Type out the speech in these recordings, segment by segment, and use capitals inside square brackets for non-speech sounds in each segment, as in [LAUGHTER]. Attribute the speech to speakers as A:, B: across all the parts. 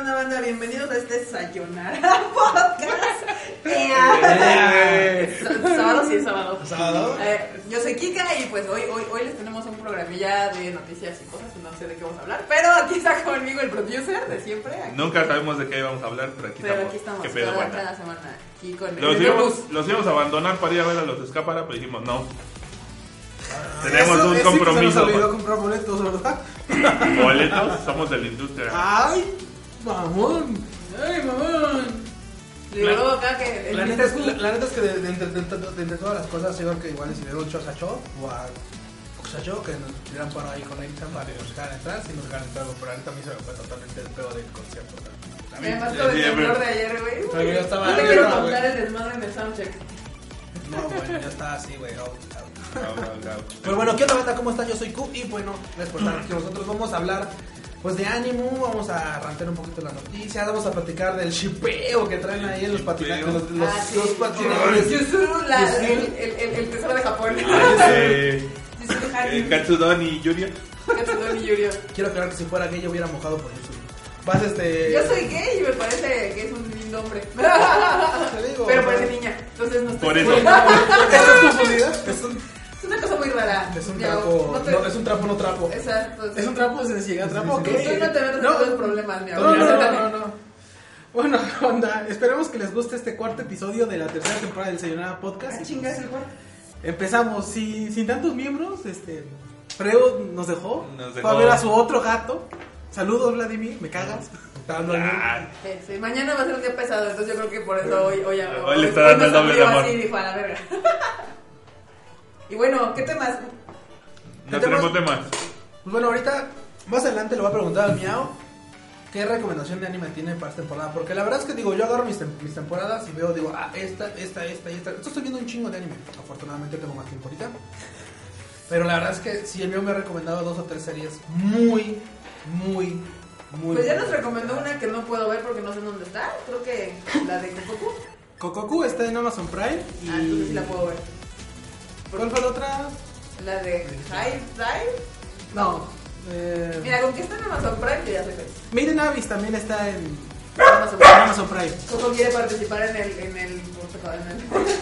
A: una banda? Bienvenidos a este Sayonara [LAUGHS] Podcast.
B: Eh.
A: sábado sí, sábado.
B: ¿Sábado?
A: Eh, yo soy Kika y pues hoy, hoy, hoy les tenemos un programilla de noticias y cosas, no sé de qué vamos a hablar, pero aquí está conmigo el producer de siempre. aquí.
C: Nunca sabemos de qué vamos a hablar, pero aquí
A: Pero
C: estamos.
A: aquí estamos
C: ¿Qué pedo,
A: cada,
C: banda?
A: cada semana aquí con el
C: Los
A: Veracruz.
C: íbamos, los íbamos a abandonar para ir a ver a los Escápara, pero dijimos no. Tenemos
B: Ah, Eso
C: un
B: es, sí, que Se
C: compromiso. pues.
B: nos olvidó comprar boletos, ¿verdad?
C: [LAUGHS] Boletos, somos de la industria.
B: ¡Ay! ¡Mamón! ¡Ay, mamón!
A: Y luego acá que el
B: Eh, La neta es, la, la neta es que de, de entre, de entre- de entre todas las cosas, yo creo que igual si hubiera un Chosacho o a Oxacho, que nos hubieran parado ahí con la Insta para que nos dejaran entrar, si nos dejaran entrar, pero ahorita a mí se me fue totalmente el pedo del concierto. o sea, a mí-
A: Además con el
C: Sí,
A: temblor de
C: pero-
A: ayer, güey.
B: Pero yo estaba
A: No te
B: arriba,
A: quiero
B: güey.
A: contar el desmadre en el soundcheck.
B: No, bueno, yo estaba así, güey. out, out.
C: Ah,
B: Pero
C: Pero
B: bueno, ¿qué onda, banda? ¿Cómo están? Yo soy Q y bueno, les contamos que nosotros vamos a hablar pues de ánimo, vamos a rantear un poquito las noticias, vamos a platicar del chipeo que traen ahí en los patinadores,
C: Chipeo.
B: los, los,
A: Ah, sí.
B: los patinadores.
A: Yuzuru, la-
B: Yuzuru.
A: el, el, el, el tesoro de
C: [LAUGHS]
A: Japón. Yuzuru Hagi.
C: Este, eh, Katsudon y Yuria.
A: Katsudon y Yurio.
B: Quiero aclarar que si fuera gay yo hubiera mojado por Yusuf. Vas este...
A: Yo soy gay y me parece que es un lindo
B: [LAUGHS]
A: hombre.
B: Te digo,
A: Pero
B: o sea,
A: parece niña. Entonces [LAUGHS] no estoy
C: Por eso.
A: segura.
B: ¿Esta es confundida? Es un,
A: Es una cosa muy rara.
B: es un
A: Yo,
B: trapo,
A: no te-
B: no, es un trapo no trapo.
A: Exacto.
D: Es un trapo sencillo, trapo
B: Sí,
A: Tú
B: sí, sí.
D: que.
A: no te metas
B: No.
A: en todos los problemas, mi
B: No,
A: amor.
B: no, no,
A: Acéptate.
B: no, no.
D: Bueno, [LAUGHS] onda, esperemos que les guste este cuarto episodio de la tercera temporada del Sayonara Podcast. pues,
A: Ah, chinga, es el cuarto.
D: Empezamos, sin, sin tantos miembros, este. Fredo nos dejó.
C: Nos
D: Fue a
C: dejó. Ah.
D: ver a su otro gato. Saludos, Vladimir, me cagas.
B: Está hablando de mí.
A: Sí, sí, mañana va a ser un día pesado, entonces yo creo que por eso hoy hoy, hago-
C: Hoy le está dando el
A: nos
C: doble de
A: abrió
C: amor.
A: así, dijo, a la verga. [LAUGHS] y bueno, ¿qué temas?
C: No tenemos temas.
B: Pues bueno, ahorita más adelante le voy a preguntar al Miao qué recomendación de anime tiene para esta temporada. Porque la verdad es que digo, yo agarro mis, tem- mis temporadas y veo, digo, ah, esta, esta, esta y esta. Yo Estoy viendo un chingo de anime. Afortunadamente tengo más tiempo ahorita. Pero la verdad es que sí, el Miao me ha recomendado dos o tres series muy, muy, muy.
A: Pues ya nos
B: buenas.
A: recomendó una que no puedo ver porque no sé dónde está. Creo que la de Kokoku.
D: Cocoku está en Amazon Prime. Y...
A: Ah, entonces sí la puedo ver.
D: ¿Cuál fue la otra?
A: La de High Dive.
D: No. Eh...
A: Mira, con que está en Amazon Prime, yo ya soy feliz.
D: Miren Avis también está en
A: Amazon
D: en
A: Prime.
D: Amazon Prime.
A: Coco quiere participar en el, en el, en el
C: A ver,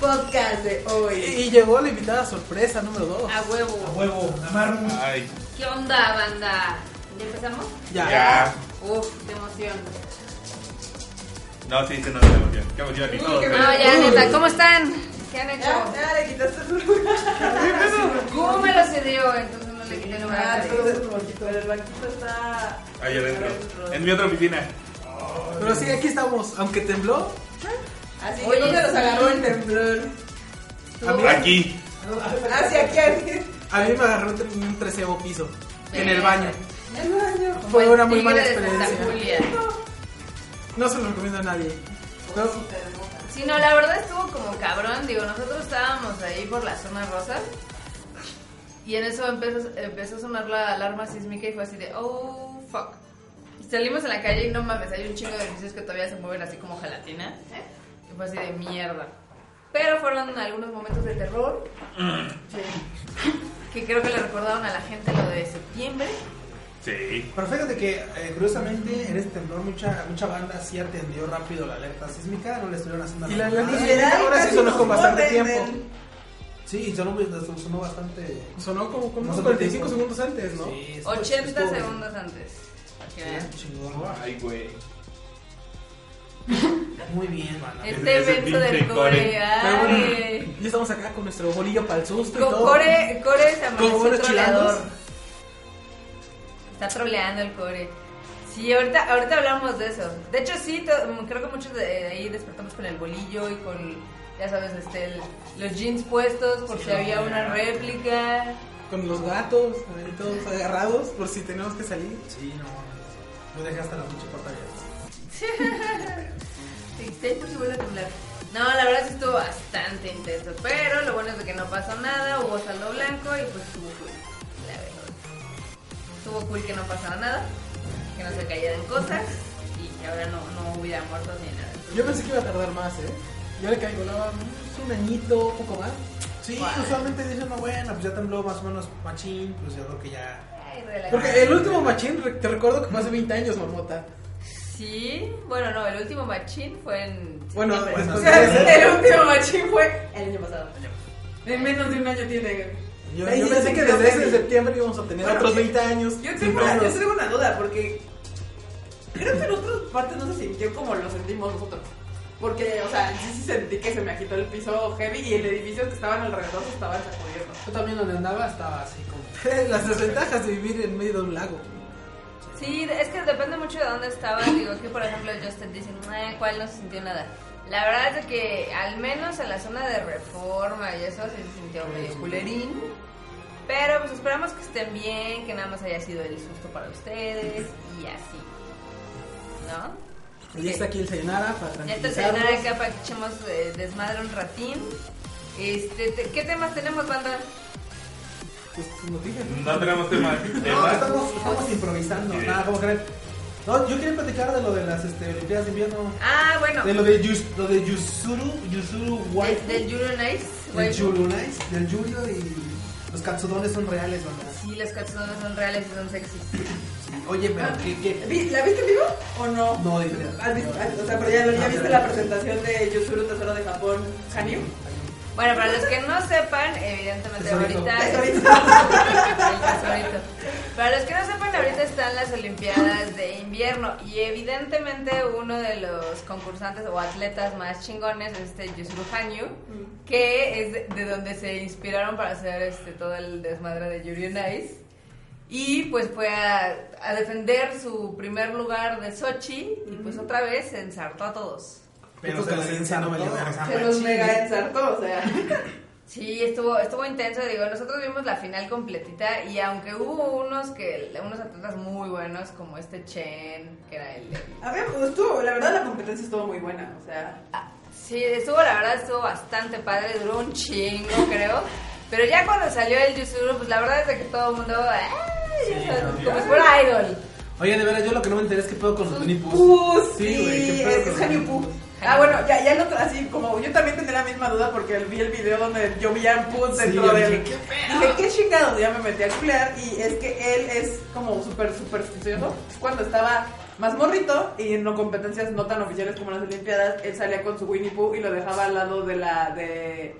A: podcast de hoy.
D: Y llegó la invitada sorpresa número 2.
E: A huevo.
B: Huevo, amarro.
C: Ay,
E: ¿Qué onda, banda? ¿Ya empezamos?
D: Ya.
C: ya.
E: Uf, de emoción.
C: No, sí, se nos emoción. Qué emoción. ni
A: Uy,
C: todos,
A: qué
C: ¿eh?
E: No, ya, neta, ¿cómo están? ¿Qué han hecho?
A: Ya, ya le quitaste su lugar.
E: Q me lo cedió, entonces no le quité
A: Ah,
E: lugar.
A: te quitaste tu banquito. Pero el banquito está.
C: Ahí adentro.
A: adentro.
C: En mi otra oficina.
D: Pero sí, aquí estamos. Aunque tembló,
A: Así que
E: Oye,
A: ¿dónde los
E: sí.
A: agarró el temblor?
D: a mí,
C: Aquí.
A: Hacia aquí, aquí.
D: a mí me agarró un tre- un treceavo piso. En
E: Eh.
D: el baño.
A: El baño.
E: Como
D: Fue
E: el
D: una muy
E: tigre
D: mala
E: de Santa Julia.
D: experiencia. No se lo recomiendo a nadie. No.
A: Cosita hermosa.
E: Sí, no, la verdad estuvo como cabrón. Digo, nosotros estábamos ahí por la zona rosa. Y en eso empezó, empezó a sonar la alarma sísmica y fue así de, oh, fuck. Y salimos a la calle y no mames, hay un chingo de edificios que todavía se mueven así como gelatina.
B: ¿Eh?
E: Y fue así de mierda. Pero fueron algunos momentos de terror. Que creo que le recordaron a la gente lo de septiembre.
C: Sí.
B: Pero fíjate que, eh, curiosamente, en este temblor mucha, mucha banda sí atendió rápido la alerta sísmica, no le estuvieron haciendo
D: Y la
B: nada.
D: alerta
A: Y
D: sísmica
A: le da
D: ahora
A: Ah, casi
D: sí sonó
A: nos
D: con bastante
A: corren
D: tiempo.
A: del-
B: Sí, sonó, sonó bastante...
D: Sonó como, como unos
B: Bastante
D: 45
B: tiempo.
D: segundos antes, ¿no?
B: Sí, estuvo-
E: 80
B: estuvo-
E: segundos antes. Para que vean.
B: Sí, chingón.
C: Ay, güey.
B: Muy bien, mana.
E: Este
C: Ese
E: evento
C: pinche
E: del
C: core.
E: core.
D: Pero bueno,
E: ay.
D: ya estamos acá con nuestro bolillo para el susto y
E: Co-
D: todo.
E: Core, core se
D: Como
E: amaneció
D: buenos chilangos.
E: troleador. Está troleando el core. Sí, ahorita, ahorita hablamos de eso. De hecho, sí, to- creo que muchos de ahí despertamos con el bolillo y con, ya sabes, este, el- los jeans puestos por si había una réplica.
D: Con los gatos, ahí todos agarrados, por si tenemos que salir.
B: Sí, no, no. Lo dejé hasta la noche puerta abierta.
E: Sí, está ahí por si ¿eh? vuelve a temblar. No, la verdad sí estuvo bastante intenso, pero lo bueno es de que no pasó nada, hubo saldo blanco y pues estuvo cool, la verdad. Estuvo cool que no pasaba nada, que no se cayeran cosas y que ahora no, no hubiera muertos ni nada.
D: Yo pensé que iba a tardar más, ¿eh? Yo le caigo la un añito, un poco más.
B: Sí,
E: Guau.
B: usualmente dicen, no, bueno, pues ya tembló más o menos machín, pues yo creo que ya...
E: Ay, relax.
D: Porque el último machín, re- te recuerdo que fue hace 20 años, mamota.
E: Sí, bueno, no, el último machín fue en.
D: Bueno,
E: septiembre.
D: bueno.
A: O sea, el último machín fue el año pasado. En menos de un año tiene.
D: Yo,
A: Ahí
D: yo
A: dice
D: pensé que desde
A: no,
D: ese
A: sí.
D: septiembre íbamos a tener
A: Bueno,
D: otros
A: sí.
D: 20 años.
A: Yo tengo, una, yo tengo una duda, porque creo que en otras partes no se sintió como lo sentimos nosotros. Porque, o sea, yo sí sentí que se me agitó el piso heavy y el edificio que estaban alrededor se estaban sacudiendo.
B: Yo también donde andaba estaba así como.
D: [LAUGHS] Las desventajas de vivir en medio de un lago.
E: Sí, es que depende mucho de dónde estabas. Digo, aquí por ejemplo Justin dice, "Meh, ¿cuál no se sintió nada? La verdad es de que al menos en la zona de reforma y eso sí se sintió medio culerín. Pero pues esperamos que estén bien, que nada más haya sido el susto para ustedes y así. ¿No?
D: Y está aquí el Sayonara para
E: Ya está
D: tranquilizarnos.
E: cenar acá para que echemos eh, desmadre un ratín. Este, te- ¿Qué temas tenemos, banda?
D: Pues, nos dije, ¿no?
C: No tenemos tema.
B: No,
C: tema.
B: estamos, estamos improvisando.
C: Sí.
B: Nada, ¿cómo creen? No, yo quería platicar de lo de las este, Olimpiadas de invierno.
E: Ah, bueno,
B: De lo de, Yus- lo de Yusuru, Yusuru
E: de-
B: Waifu.
E: del Yuru Nice.
B: Del
E: waifu.
B: Yulu, nice, Del Yuyo y los catsudones son reales, banda.
E: Sí, los catsudones son reales y son sexys.
B: Oye,
E: Ah.
B: pero ¿qué? qué?
A: Vi- ¿La viste en vivo o no?
B: No, dije nada.
A: ¿Has visto- ah, o sea, pero ya, lo- ya
B: Ah,
A: viste
B: pero-
A: la presentación de Yusuru Tesoro de Japón, Hanyu.
E: Bueno, para los que no sepan, evidentemente
B: Tesorito.
E: ahorita.
A: Tesorito.
E: El tesorito. Para los que no sepan, ahorita están las Olimpiadas de invierno y evidentemente uno de los concursantes o atletas más chingones es este Yusuru Hanyu, que es de, de donde se inspiraron para hacer este todo el desmadre de Yuri on Ice. Y pues fue a, a defender su primer lugar de Sochi y pues otra vez se ensartó a todos.
D: Pero
B: Estos
D: se
B: canadienses
D: no
B: no
D: valió
B: valen
D: verga.
A: Se los mega ensartó, o sea.
E: Sí, estuvo, estuvo intenso, digo, nosotros vimos la final completita y aunque hubo unos que unos atletas muy buenos como este Chen, que era el
A: A ver, pues estuvo, la verdad la competencia estuvo muy buena, o sea.
E: Ah, Sí, estuvo la verdad estuvo bastante padre, duró un
D: [LAUGHS]
E: chingo, creo. Pero ya cuando salió el Yusuru, pues la verdad es de que todo el mundo ¡ay! ya
D: Sí,
E: sabes,
D: no,
E: como si fuera idol.
D: Oye, de veras, yo lo que no me enteré es que puedo con los
A: Sus
D: Winnie
A: pus,
D: Poohs. Sí, güey,
A: sí,
D: qué
A: es,
D: pedo
A: es
D: con
A: Hanyu
D: los
A: Poo.
D: Winnie Poohs.
A: Ah, bueno, ya, ya lo tra- así como yo también tenía la misma duda porque vi el video donde yo vi a Poo dentro
D: yo
A: del.
D: dije,
A: Dije, ¿qué chingados? Ya me metí a culear y es que él es como súper supersticioso. Es cuando estaba más morrito y en no competencias no tan oficiales como las Olimpiadas, él salía con su Winnie Pooh y lo dejaba al lado de la. De,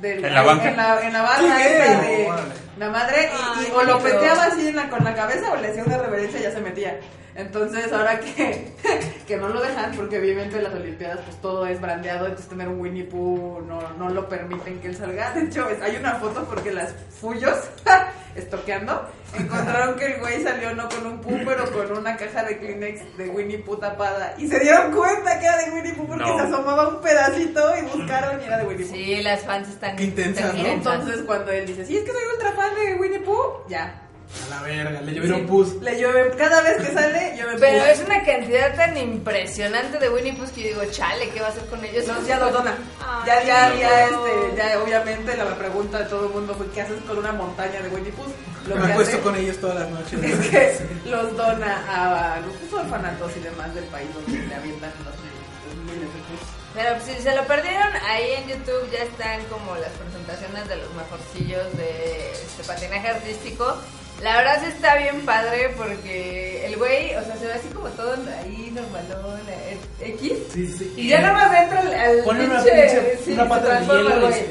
A: del-
F: En la banca.
A: En la, en la barra
D: ¡Qué
A: esta
D: gay!
A: de
D: Órale.
A: la madre y- y,
E: Ay,
A: o lo
E: qué
A: peteaba
E: feo.
A: así en la- con la cabeza o le hacía una reverencia y ya se metía. Entonces, ahora que, [LAUGHS] que no lo dejan, porque obviamente en las Olimpiadas pues todo es brandeado, entonces tener un Winnie Pooh no, no lo permiten que él salga. De hecho, es- hay una foto porque las fullos, [LAUGHS] estoqueando, encontraron que el güey salió no con un Pooh, pero con una caja de Kleenex de Winnie Pooh tapada. Y se dieron cuenta que era de Winnie Pooh porque
F: No.
A: se asomaba un pedacito y buscaron y era de Winnie Pooh.
E: Sí, las fans están
D: Qué intensas,
E: están
A: Y
D: ¿no?
E: intensas.
A: entonces cuando él dice, sí, es que soy ultra fan de Winnie Pooh, ya,
D: A la verga, le llovieron pus.
A: Le llueve, cada vez que sale, llueve
E: Pero
A: pus.
D: pues,
E: es una cantidad tan impresionante de Winnie Pooh que yo digo, chale, ¿qué va a hacer con ellos?
A: Entonces ya
E: [LAUGHS]
A: lo dona.
E: Ay,
A: Ya, ya,
E: no.
A: ya, este, ya, obviamente la pregunta de todo el mundo fue, ¿qué haces con una montaña de Winnie Pooh? Lo
D: Me
A: que
D: he puesto
A: hace
D: con ellos todas las noches.
A: es que los dona a grupos orfanatos y demás del país donde le avientan los los miles de pus.
E: Pero si se lo perdieron, ahí en YouTube ya están como las presentaciones de los mejorcillos de este patinaje artístico. La verdad sí está bien padre porque el güey, o sea, se ve así como todo ahí normalón, eh, X.
D: Sí, sí.
E: Y ya nomás entra al, al
D: Pone una pinche-
E: sí,
D: una
E: se
D: pata de
E: transforma el
D: hielo y
E: güey.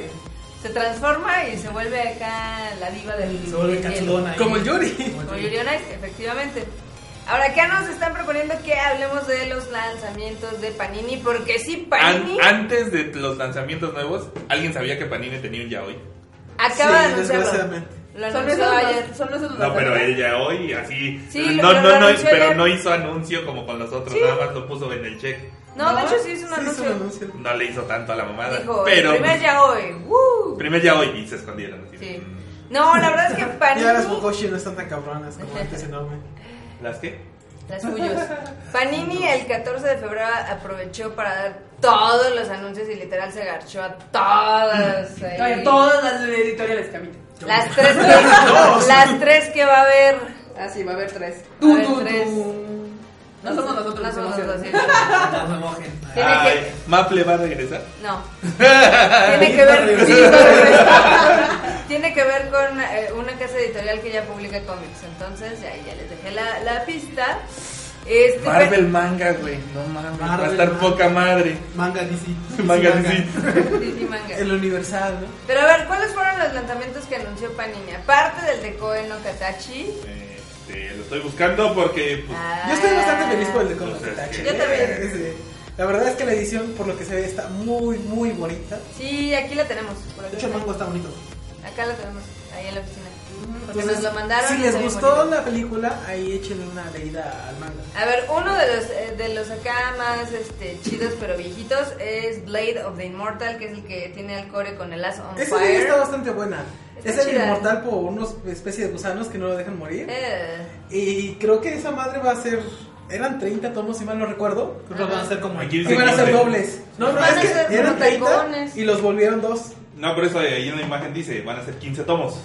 E: Se transforma y se vuelve acá la diva del
D: Se vuelve
E: del hielo.
D: cachudona.
E: Como
D: [LAUGHS] Como el Yuri.
E: como Yuri on Ice, efectivamente. Ahora, ¿qué nos están proponiendo que hablemos de los lanzamientos de Panini? Porque sí, Panini
F: An- antes de los lanzamientos nuevos, alguien sabía que Panini tenía un yaoi.
E: acaba
D: Sí,
E: de anunciarlo.
D: desgraciadamente.
E: Lo
A: Son
E: anunció ayer.
A: esos los- son esos los
F: No, pero
A: ataques.
F: el yaoi así.
E: Sí,
F: no, no,
E: lo- lo
F: no,
E: anunció
F: pero
E: ayer.
F: no hizo anuncio como con los otros,
E: Sí.
F: nada más lo puso en el cheque.
E: No, de hecho sí es un
D: Sí,
E: anuncio.
D: es un anuncio.
F: No le hizo tanto a la mamada.
E: Dijo,
F: pero
E: el primer ya hoy. ¡woo!
F: primer yaoi y se escondieron. así.
E: Sí.
F: Mm.
E: No, la verdad es que
D: Y ahora las
E: Panini...
D: Bokoshi no están tan
E: [LAUGHS]
D: cabronas como antes enorme.
F: ¿Las qué?
E: Las suyos. Panini el 14 de febrero aprovechó para dar todos los anuncios y literal se garchó a todas. ahí.
A: Oye, todas las editoriales camino.
E: Las tres que, las tres que va a haber.
A: Ah, sí, va a haber tres.
E: A ver, tres.
A: No somos nosotros
E: No
A: los
E: somos nosotros, sí.
D: No me mojen.
E: Tiene
F: Ay,
E: que-
F: ¿Maple va a regresar?
E: No. Tiene que ver. sí, va a regresar. [LAUGHS] Tiene que ver con eh, una casa editorial que ya publica cómics. Entonces, ahí ya les dejé la, la pista. Este, [LAUGHS]
F: Marvel manga, güey. No mames. Va a
B: Marvel
F: estar
B: manga.
F: poca madre.
B: Manga DC.
F: Manga
B: DC.
F: sí.
E: pero- Disney manga.
B: El universal, ¿no?
E: Pero a ver, ¿cuáles fueron los lanzamientos que anunció Panini? Aparte del de Koe no Katachi.
F: Este, lo estoy buscando porque pues,
E: Ah.
B: Yo estoy bastante feliz por el de Cobra
F: Entonces,
B: Kai.
E: Yo también.
B: [LAUGHS] Ese- La verdad es que la edición, por lo que se ve, está muy, muy bonita.
E: Sí, aquí la tenemos. Por acá.
B: De hecho, el mango está bonito.
E: Acá la tenemos, ahí en la oficina. Porque
B: Entonces,
E: nos lo mandaron.
B: Si
E: y
B: les
E: está bien
B: gustó
E: bonito.
B: la película, ahí échenle una leída al manga.
E: A ver, uno de los, eh, de los acá más este, chidos pero viejitos es Blade of the Immortal, que es el que tiene al core con el lazo on
B: Esa
E: fire.
B: leída está bastante buena.
E: Está
B: es el
E: chida.
B: inmortal por unos especie de gusanos que no lo dejan morir.
E: Eh,
B: Y creo que esa madre va a ser. Eran 30 tomos, si mal no recuerdo. Creo que
E: Ajá.
B: van a ser como.
F: Aquí dice
B: Y van a ser
F: 15.
B: dobles. No, no,
E: Van
B: es
E: a ser
B: que eran 30
E: tacones.
B: y los volvieron dos.
F: No, pero eso ahí en la imagen dice, van a ser 15
E: [LAUGHS]
F: tomos.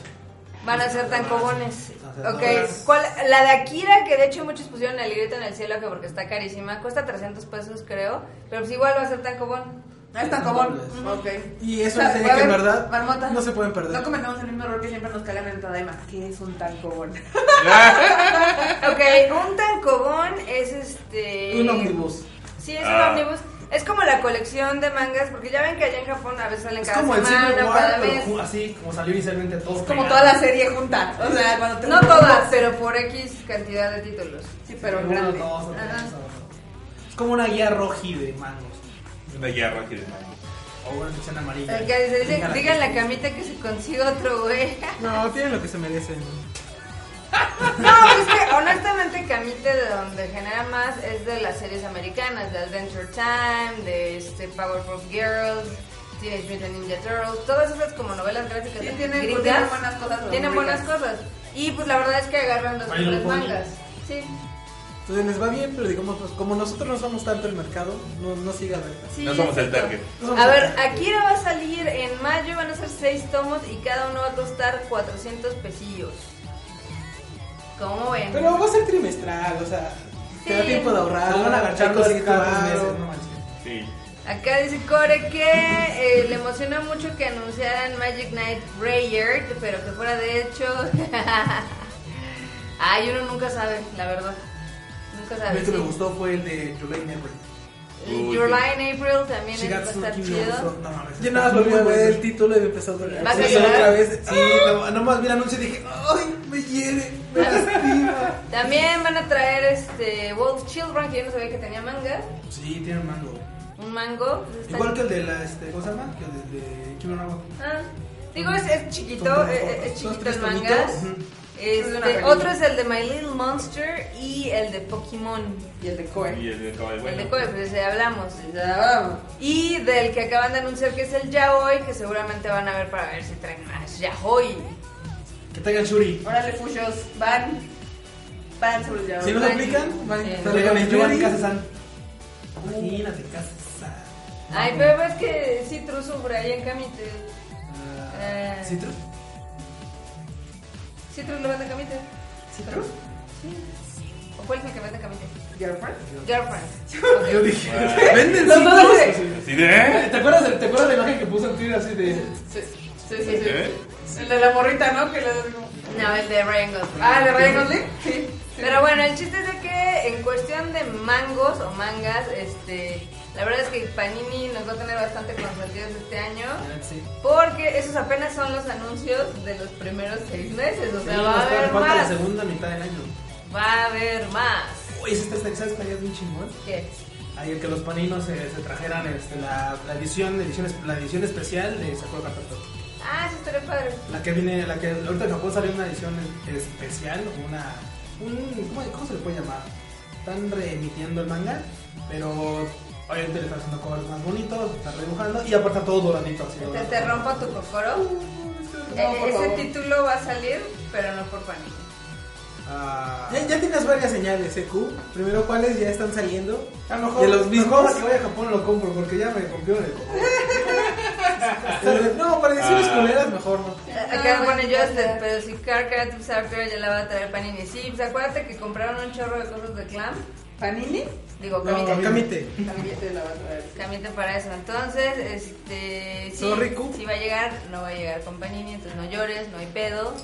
E: van a ser tan cobones.
B: Van a
E: Ok,
B: ser
E: ¿cuál? La de Akira, que de hecho muchos pusieron el grito en el cielo que porque está carísima, cuesta 300 pesos creo, pero pues igual va a ser tan cobón.
A: Ah, está cobón.
B: Ujú.
A: Ok.
B: Y es
A: O sea,
B: una serie
A: a
B: que en
A: ver,
B: verdad
A: Marmota,
B: no se pueden perder.
A: No cometamos el mismo error que siempre nos cagan en Tadaima. ¿Qué es un tancobón?
F: Ah,
E: Ok, un tan cobón es este...
B: Un omnibus.
E: Sí, es
F: Ah.
E: un omnibus. Es como la colección de mangas, porque ya ven que allá en Japón a veces salen
B: Es
E: cada
B: como el
E: semana,
B: Civil War,
E: cada
B: pero
E: mes.
B: ju- así como salió inicialmente todo.
A: Es como toda la serie junta. O sea, cuando te
E: No todas, pero por X cantidad de títulos.
A: Sí, pero en
B: Uno,
A: grande.
B: dos, tres,
E: Ajá.
B: o- Es como una guía roji de mangos.
F: Una guerra aquí de manga.
B: O una sección amarilla.
E: El que dice, dice,
B: Díganla.
E: díganle a Camita que se consiga otro güey. [LAUGHS]
B: No, tienen lo que se merecen.
E: No, es que honestamente Camita de donde genera más es de las series americanas, de Adventure Time, de este Powerpuff Girls, Teenage Mutant Ninja Turtles, todas esas como novelas gráficas
A: Sí, tienen-
E: gringas,
A: tienen buenas cosas los
E: tienen buenas
A: americanos.
E: cosas. Y pues la verdad es que agarran los
B: Ahí lo
E: mejores
B: ponen.
E: mangas. Sí.
B: Entonces les va bien, pero digamos, pues, como nosotros no somos tanto el mercado, no, no sigan el
E: Sí,
F: No somos el
E: exacto.
F: target.
B: No somos
E: A
B: el
E: ver,
B: target.
E: Akira va a salir en mayo, van a ser seis tomos y cada uno va a costar 400 pesillos. ¿Cómo ven?
B: Pero va a ser trimestral, o sea, te da
E: Sí.
B: tiempo de ahorrar.
D: Lo van a agachar
B: Hay cosas
D: los
B: que
D: cada
B: vas-
D: dos meses, no manches.
F: Sí.
E: Acá dice Core que eh, le emocionó mucho que anunciaran Magic Knight Rayearth, pero que fuera de hecho. [LAUGHS] Ay, uno nunca sabe, la verdad. Nunca
B: A
E: sabe.
B: mí el que me
E: sí.
B: gustó fue el de July Never.
E: Y
F: Uy,
E: Your
F: sí.
E: Line April también es- va a
B: Shigatsu no
E: estar
B: Kimi me gustó.
E: chido.
B: No mames.
D: Yo
B: Yo
D: nada
B: nada
D: más
B: volví
D: volví a
B: a
D: ver
B: ver
D: el
B: el título y me empezó a doler.
E: ¿Vas a
B: Sí,
E: llorar?
B: otra vez. Sí, no, nomás vi el anuncio y dije, ¡ay, me hiere! Me lastima.
E: [LAUGHS] También van a traer este Wolf Children, que yo no sabía que tenía manga.
B: Sí, tiene un mango.
E: Un mango. pues, está-
B: Igual que el de la, este, ¿cómo se llama? Que el de, de Kimono Rawa.
E: Ah, digo, es, es chiquito,
B: Son tres
E: eh, eh,
B: tomos.
E: es,
B: Son
E: chiquito
B: tres
E: el manga.
B: tomitos. Ujú.
E: Este,
A: Es una película.
E: otro es el de My Little Monster y el de Pokémon.
A: Y el de Cohen.
F: Y el de caballo.
E: Pues. El de
F: Bueno,
E: Kobe, pues ya hablamos.
A: Ya vamos.
E: Y del que acaban de anunciar que es el Yaoi, que seguramente van a ver para ver si traen más Yaoi.
B: Que traigan Shuri.
A: Órale, fuchos. Van. Van sobre el
B: Si no lo
A: llave.
B: aplican, van
E: Sí.
B: a traigan el Yuri.
D: Casa-san.
B: Imagínate, Casa-san.
E: Ay, pero es que Citrus sufre ahí en Camite.
B: Ah,
E: Eh.
B: ¿Citrus?
E: Citrus lo vende en Camite.
A: ¿Citrus?
E: ¿O cuál es el que vende en Camite?
A: ¿Girlfriend?
E: Girlfriend.
B: Yo dije,
F: Ah.
B: ¿venden
A: Los dos
B: Citrus?
A: de-
F: Así de, ¿eh?
D: ¿Te acuerdas, de, ¿Te acuerdas de la imagen que puso en Twitter así de...
A: Sí, sí, sí.
F: ¿Eh?
A: sí. El de la morrita, ¿no? Que le digo.
E: No, el de Ryan Gosling.
A: Ah, ¿el de Ryan Gosling? Sí. sí.
E: Pero bueno, el chiste es de que en cuestión de mangos o mangas, este, la verdad es que Panini nos va a tener bastante consentidos este año.
B: Sí.
E: Porque esos apenas son los anuncios de los primeros seis meses. O sea,
B: Sí,
E: va a
B: nos
E: haber
B: falta la
E: más.
B: segunda mitad del año.
E: Va a haber más.
B: Uy, ese está está- está ya bien chingón.
E: ¿Qué?
B: Ayer que los paninos eh, se trajeran este, la, la edición, edición es- la edición especial de Sakura Carpenter.
E: Ah, eso estaría padre.
B: La que viene, la que ahorita en Japón salió una edición especial, una un ¿cómo, cómo se le puede llamar? Están reemitiendo el manga, pero obviamente le están haciendo covers más bonitos, le están redibujando y aparte está todo doradito así.
E: Te, te
B: dorado.
E: rompo tu cocoro.
A: Uh, No,
E: Eh,
A: por
E: ese
A: favor.
E: título va a salir, pero no por Panini.
B: Ah, ya, ya tienes varias señales, EQ. Primero cuáles ya están saliendo.
D: A lo mejor...
B: De los mismos.
D: que voy a Japón lo compro porque ya me
E: [LAUGHS]
D: rompió el...
B: No, para ediciones
F: Ah.
B: culeras mejor no.
E: Acá
A: No,
E: pone
A: no,
E: Justin,
A: no.
E: pero si Car Creative Sartre ya la va a traer Panini. Sí, pues acuérdate que compraron un chorro de cosas de Clam.
B: [LAUGHS]
A: ¿Panini?
E: Digo,
B: No,
E: Camite.
B: Camite.
A: También te la vas a ver.
E: Camite para eso. Entonces, este. Sí,
B: Sorry, Q.
E: sí va a llegar, no va a llegar con Panini, entonces no llores, no hay pedo.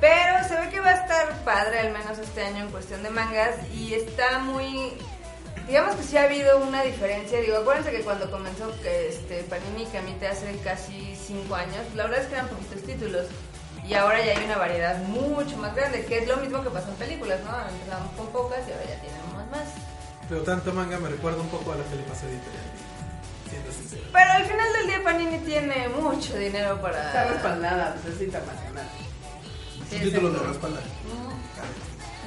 E: Pero se ve que va a estar padre, al menos este año, en cuestión de mangas. Y está muy. Digamos que sí ha habido una diferencia. Digo, acuérdense que cuando comenzó que, este, Panini Kamite hace casi 5 años, la verdad es que eran poquitos títulos. Y ahora ya hay una variedad mucho más grande, que es lo mismo que pasó en películas, ¿no? Empezaron con pocas y ahora ya tenemos más.
D: Pero tanto manga me recuerda un poco a lo que le pasó a Editorial Beat, siendo sincero.
E: Pero al final del día Panini tiene mucho dinero
A: Está
E: para...
A: respaldada, pues es internacional.
E: Sí,
D: Título
E: sí.
D: de respalda.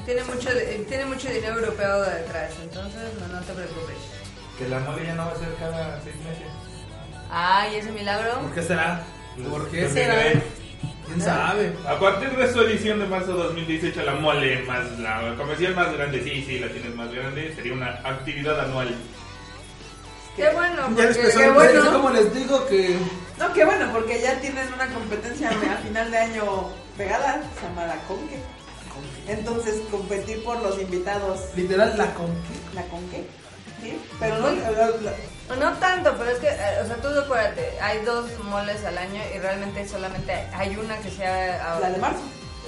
E: Tiene mucho, eh, tiene mucho dinero europeo detrás, entonces no, no te preocupes.
F: Que la mole ya no va a ser cada seis meses.
E: Ay, ese milagro.
D: ¿Por qué será? ¿Por qué
F: Pues,
D: será?
F: eh,
D: ¿Quién sabe?
F: A partir de su edición de marzo de 2018, la mole más la comercial más grande, sí, sí, la tienes más grande, sería una actividad anual.
E: Qué bueno,
D: Ya les
E: porque
D: empezó
E: qué
D: a
E: bueno.
D: como les digo que
A: No, qué bueno, porque ya tienen una competencia a final de año pegada, se llama la Conque. Entonces, competir por los invitados,
D: literal la conquista.
A: la Conque. ¿Sí? Pero no, la- la- la-
E: No tanto, pero es que, eh, o sea, tú acuérdate, hay dos moles al año y realmente solamente hay una que sea ahora.
A: la de marzo.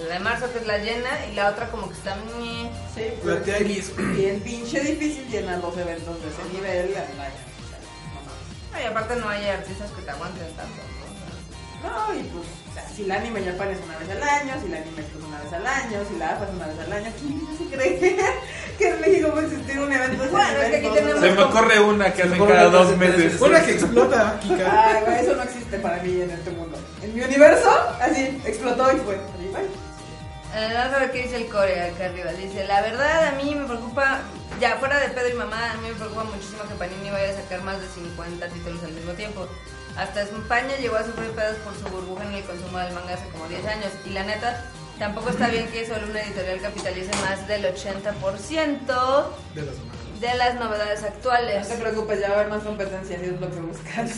E: La de marzo que es la llena y la otra como que está... ñe.
A: Sí, pues,
D: La tía Iris.
A: Bien pinche difícil llenar los eventos de ese nivel. la- la- la-
E: No, y aparte no hay artistas que te aguanten tanto. ¿no?
A: No, y pues, o sea, si la anime Japan es una vez al año, si la anime Expo es una vez al año, si la APA es una vez al año, ¿quién se cree [LAUGHS] que, que en México va a existir un evento de ese
E: Bueno, es que
A: nivel
E: aquí
A: todos los
E: tenemos-
F: Se me ocurre una que hacen cada dos meses.
D: Una que explota, Kika.
A: Ay, güey, eso no existe para mí en este mundo. En mi universo, así, explotó y fue. Así, bye.
E: Eh, vamos a ver qué dice el core acá arriba. Dice, la verdad a mí me preocupa, ya fuera de Pedro y mamá, a mí me preocupa muchísimo que Panini vaya a sacar más de 50 títulos al mismo tiempo. Hasta España llegó a sufrir pedos por su burbuja en el consumo del manga hace como 10 años. Y la neta, tampoco está bien que solo una editorial capitalice más del 80%
D: De las manos.
E: de las novedades
A: No
E: actuales.
A: te preocupes, ya va a haber más competencia, si es lo que buscas.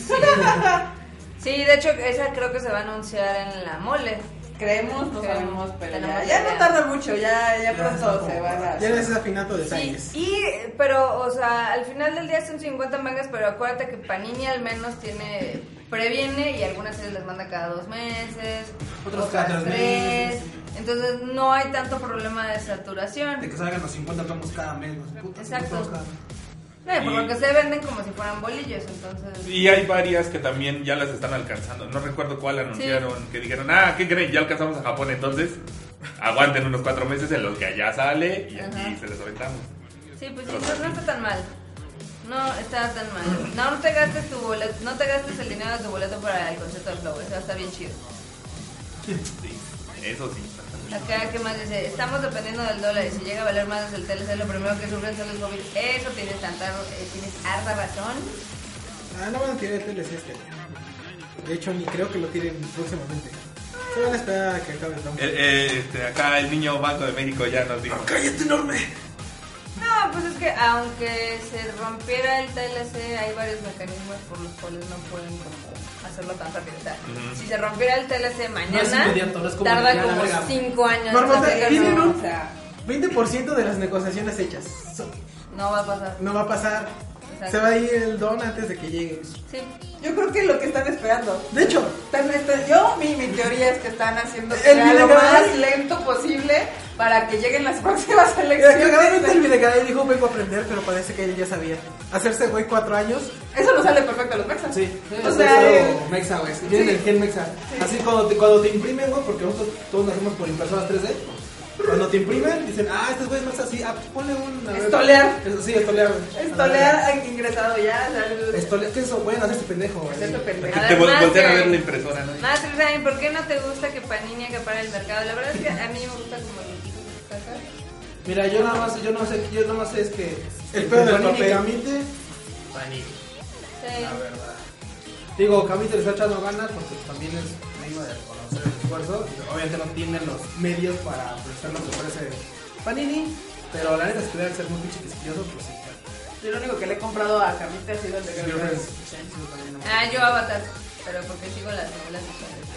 E: Sí, de hecho, esa creo que se va a anunciar en la mole.
A: [LAUGHS] Creemos, no
E: Creemos,
A: sabemos, pero ya,
E: tenemos
A: ya
E: idea.
A: no tarda mucho, ya, ya pronto
D: está
A: se
D: como-
A: van a...
D: Ya no es afinato de
E: Sí,
D: Sánchez.
E: y, pero, o sea, al final del día son 50 mangas, pero acuérdate que Panini al menos tiene, previene y algunas series las manda cada dos meses,
D: Otras
E: otras
D: cada tres meses.
E: entonces no hay tanto problema de saturación.
D: De que salgan los 50 tomos cada mes. los putos
E: Exacto.
D: 50 tomos
E: No, y por
F: Y-
E: lo que se venden como si fueran bolillos, entonces...
F: Y hay varias que también ya las están alcanzando. No recuerdo cuál anunciaron. Que dijeron, ah, ¿qué creen? Ya alcanzamos a Japón entonces. Aguanten unos cuatro meses en los que allá sale y aquí
E: Ajá.
F: se les aventamos.
E: Sí, pues sí, no, no está tan mal. No está tan mal. No, no te gastes tu boleto, no te gastes el dinero de tu boleto para el concierto del Flow, eso está bien chido.
F: Sí, eso sí.
E: Acá, ¿qué más dice? Estamos dependiendo del dólar y si llega a valer más el TLC, lo primero que sufren son los móviles. Eso tienes tanta, eh, tienes harta razón.
D: cada- Ah, no van a tirar TLC este año. De hecho, ni creo que lo tiren próximamente. Se van a esperar a que acabe el
F: El- eh, este, acá el niño Banco de México ya nos dijo.
D: ¡Cállate enorme!
E: No, pues es que aunque se rompiera el TLC, hay varios mecanismos por los cuales no pueden como hacerlo tan rápido. O sea,
F: Ujú.
E: Si se rompiera el TLC
D: No es
E: mañana,
D: inmediato, no es como de
E: tarda
D: ya la
E: como
D: verga.
E: 5 años.
D: Marmota,
E: en aplicarlo.
D: tienen un-
A: O sea,
D: 20% de las negociaciones hechas. So-
E: No va a pasar.
D: No va a pasar.
E: Exacto.
D: Se va a ir el don antes de que llegue.
E: Sí.
A: yo creo que lo que están esperando...
D: De hecho,
A: están- están- yo, mi, mi teoría es que están haciendo que
D: El
A: sea lo
D: ilegal-
A: más lento posible para que lleguen las [LAUGHS] próximas
D: claramente el
A: elecciones.
D: Videgaray dijo vengo a aprender, pero parece que él ya sabía. Hacerse güey cuatro años.
A: Eso no sale perfecto a los mexas. O
D: O
A: sea, eh, el-
D: Mexa, güey. Si Viene el gen Mexa. Así cuando te, cuando te imprimen, güey, porque nosotros todos nacemos por impresoras 3D. Cuando te imprimen, dicen, ah, este güey no es así. Ah, pues ponle un. a ver".
A: Estolear.
D: Eso sí, estolear. güey.
A: Estolear ha ingresado ya. o sea, el-
D: Estolear. ¿Qué es eso? Pueden hacerse pendejo, güey.
A: Hacerse pendejo.
F: Que te vol-
E: Además,
F: voltean a ver
E: eh,
F: la impresora, ¿no?
E: Más, Ryan, ¿por qué no te gusta que Panini acapara el mercado? La verdad es que a mí me gusta como el equipo que está acá.
D: Mira, yo nada más, yo no sé, yo nada más sé es que.
B: El pedo del
D: Panini
B: papel.
D: Camite, Panini,
E: Sí.
D: la verdad. Digo, Camite le está echando ganas porque también es digno de reconocer el esfuerzo. Obviamente no tienen los medios para prestar lo que ofrece Panini, pero la neta, si pudieran ser muy pinche quisquillosos, pues sí.
A: Yo lo único que le he comprado a Camita ha sido el de Girl
D: Girlfriends.
A: Friends.
E: Ah, yo Avatar, pero porque sigo las novelas visuales.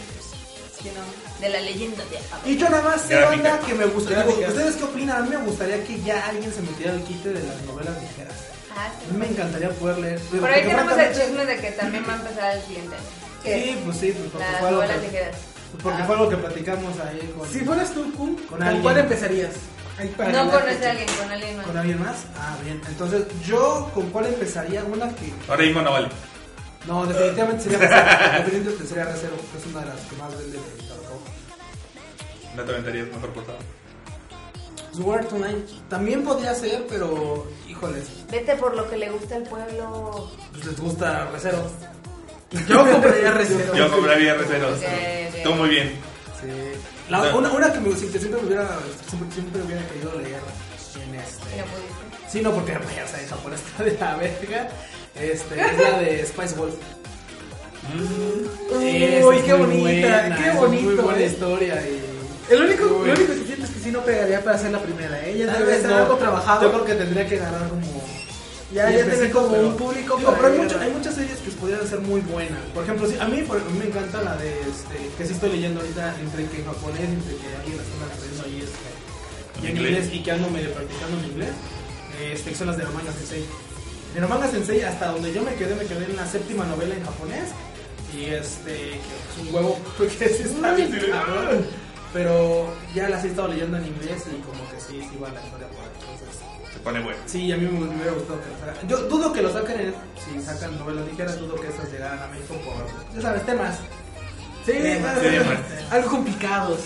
A: Sí, no.
E: De la leyenda de Avatar.
D: Y yo nada más sé
F: Gráfica.
D: banda que me gustaría. digo,
B: Gráfica.
D: ¿Ustedes qué opinan? A mí me gustaría que ya alguien se metiera al quite de las novelas ligeras.
E: Ah,
D: A
E: sí.
D: mí me encantaría poder leer. digo,
E: Por ahí
D: porque
E: tenemos el
D: francamente-
E: chisme de que también va a empezar el siguiente año.
A: ¿Qué?
D: Sí, pues sí, pues porque
E: Las
D: fue algo
E: novelas
D: que-
E: ligeras.
D: Porque
A: Ah.
D: fue algo que platicamos ahí con,
B: Si fueras tú, Kun, ¿con,
D: alguien.
B: cuál empezarías?
D: ahí para
E: No
D: hablar.
E: con ese alguien, con alguien más.
D: ¿Con alguien más? Ah, bien. Entonces, ¿yo con cuál empezaría? Una que...
F: Ahora mismo no vale.
D: No, definitivamente sería
B: [LAUGHS]
D: Recero. definitivamente sería Recero, que es una de las que más vende de Tarkov.
F: No te aventarías mejor portada.
D: Sword Tonight también podría ser, pero... Híjoles,
E: Vete por lo que le gusta al pueblo.
D: pues les gusta Recero.
B: [LAUGHS]
D: Yo compraría Recero.
F: Yo compraría R0.
E: Ok, ok.
F: Todo muy bien.
D: Sí. La- una, una que, me, que siempre me hubiera... Siempre, siempre hubiera querido leer en
E: Y
D: este...
E: no pudiste.
D: Sí, no, porque pues, ya sabes, Japón está de la verga. Este, es la de Spice Wolf. Esa
B: Mm. Uy,
D: es
B: qué
D: muy
B: bonita,
D: buena,
B: qué
D: esa es Muy
B: bonito.
D: buena
B: eh.
D: historia y...
B: El único,
D: Uy.
B: lo único que siento es que sí no pegaría para hacer la primera. ¿eh? Ya
D: Tal
B: debe
D: vez
B: ser
D: no.
B: algo
D: Yo
B: trabajado.
D: creo que tendría que ganar como...
B: Ya,
D: Sí,
B: ya
D: empecé
B: tener como
D: pero-
B: un público.
D: Digo,
B: para
D: pero hay,
B: ver.
D: mucho- hay muchas series que podrían ser muy buenas. Por ejemplo, sí, a mí por- a mí me encanta la de este, que sí estoy leyendo ahorita entre que en japonés, entre que alguien la está leyendo ahí este, y en
F: ¿En
D: inglés
F: inglés?
D: y que ando medio practicando en inglés. Este, que son las de Romanga Sensei. De Romanga Sensei, hasta donde yo me quedé, me quedé en la séptima novela en japonés. Y este, que es un huevo, [LAUGHS] porque sí está bien cabrón. Pero ya las he estado leyendo en inglés y como que sí, sí va la historia por aquí. Entonces,
F: Se pone bueno.
D: Sí, a mí me, me hubiera gustado que lo sacaran. Yo dudo que lo saquen, en- si sacan novelas ligeras, dudo que esas llegaran a México por, ya sabes, temas.
B: Sí,
D: Temas,
B: ah,
F: temas.
B: algo complicados.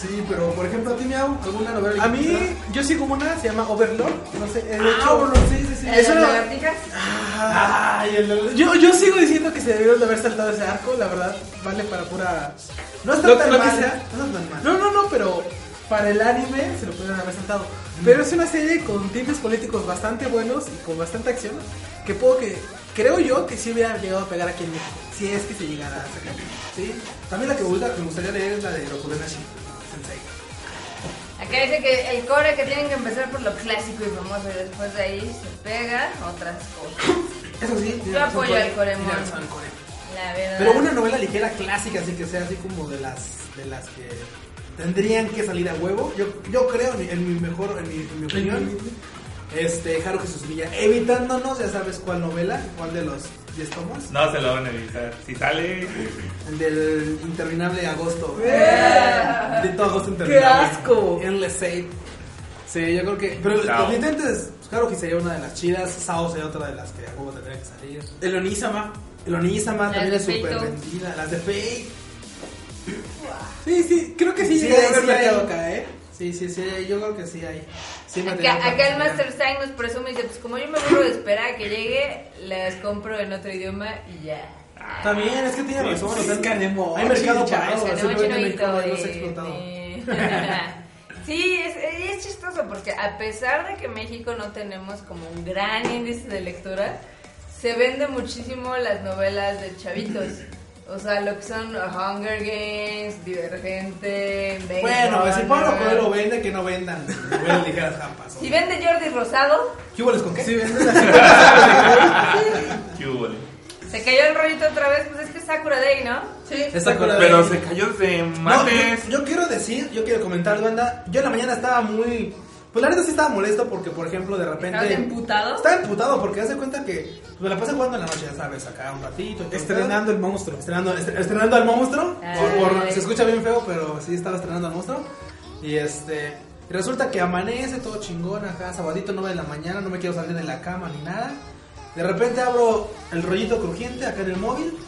D: Sí, pero por ejemplo, a ti, Miau, alguna novela
B: A mí, yo sigo una, se llama Overlord. No sé, eh, de hecho,
D: ah, sí, sí, sí.
E: ¿El de
B: Eso
E: las
B: no-
E: lagartijas?
D: Ay, el de-
B: Yo, yo sigo diciendo que se debió de haber saltado ese arco, la verdad, vale para pura... No está
D: Lo-
B: tan
D: lo que
B: mal.
D: sea, no es tan mal.
B: No, no, no, pero para el anime se lo pudieron haber saltado. Pero es una serie con tintes políticos bastante buenos y con bastante acción, que puedo que... Creo yo que sí hubiera llegado a pegar aquí en México, si es que se llegara a sacar.
D: Sí, también la que me gusta- me gustaría leer es la de Rokurenashi Sensei.
E: Acá dice que el core que tienen que empezar por lo clásico y famoso y después de ahí se pega otras cosas.
D: Eso sí, tiene
E: Yo
D: razón,
E: apoyo
D: Core.
E: al Coremon.
D: Tiene razón, Core.
E: La verdad.
D: Pero una novela ligera clásica, así que sea así como de las de las que tendrían que salir a huevo. Yo, yo creo, en mi- en mi mejor, en mi, en mi opinión, este, Haru Jesús Villa, evitándonos, ya sabes cuál novela, cuál de los 10 tomos,
F: No se lo van a evitar. Si sale,
D: el del interminable agosto.
B: ¡Eh!
D: De todo agosto interminable.
B: asco!
D: Endless Eight. Sí, yo creo que. Pero
F: Sao.
D: los intentes, claro que sería una de las chidas, Sao sería otra de las que a huevo tendría que salir.
B: El Onisama.
D: El Onisama
E: Las
D: también
E: de
D: es súper
E: Fate.
D: vendida, las de Fake.
B: Sí, sí, creo que sí,
D: Sí,
B: llegaría a
D: sí
B: haber mercado
D: hay.
B: acá, ¿eh?
D: Sí, sí, sí, yo creo que sí hay. Sí, material
E: Acá,
D: para
E: acá el
D: sacar.
E: Master Sign nos presume y dice, pues como yo me muero de esperar a que llegue, las compro en otro idioma y ya.
D: También, es que tiene
F: Sí,
D: razón.
B: sí,
D: o sea,
B: es Canemochi,
D: Hay mercado para
B: chavos,
D: todo.
E: Se
D: así
E: acabó
D: que no hay
E: Chinoito
D: como de los
E: de-
D: explotados.
E: de- [LAUGHS] Sí, es, es chistoso porque a pesar de que México no tenemos como un gran índice de lectura, se vende muchísimo las novelas de chavitos. O sea, lo que son Hunger Games, Divergente, Blade
D: Bueno, pues si Pablo
E: Runner.
D: Coelho vende, que no vendan. "Ah, Novelas ligeras jampas.
E: Si vende Jordi Rosado,
D: ¿Qué hubo les con qué?
B: Sí, venden
F: ¿qué hubo?
E: se cayó el rollito otra vez, pues es que es Sakura Day, ¿no?
B: Sí.
D: Esa cola de-
F: Pero se cayó de
D: No, yo,
F: mates.
D: yo quiero decir, yo quiero comentar, banda. Yo en la mañana estaba muy. Pues la verdad sí estaba molesto porque, por ejemplo, de repente.
E: ¿Estás emputado?
D: Estaba emputado porque hace cuenta que pues, me la pasé jugando en la noche, ya sabes, acá un ratito. y todo.
B: Estrenando el monstruo.
D: Estrenando, est- estrenando al monstruo.
E: Ay.
D: Por- por- se escucha bien feo, pero sí estaba estrenando al monstruo. Y este. y Resulta que amanece todo chingón acá, sabadito 9 de la mañana, no me quiero salir de la cama ni nada. De repente abro el rollito crujiente acá en el móvil.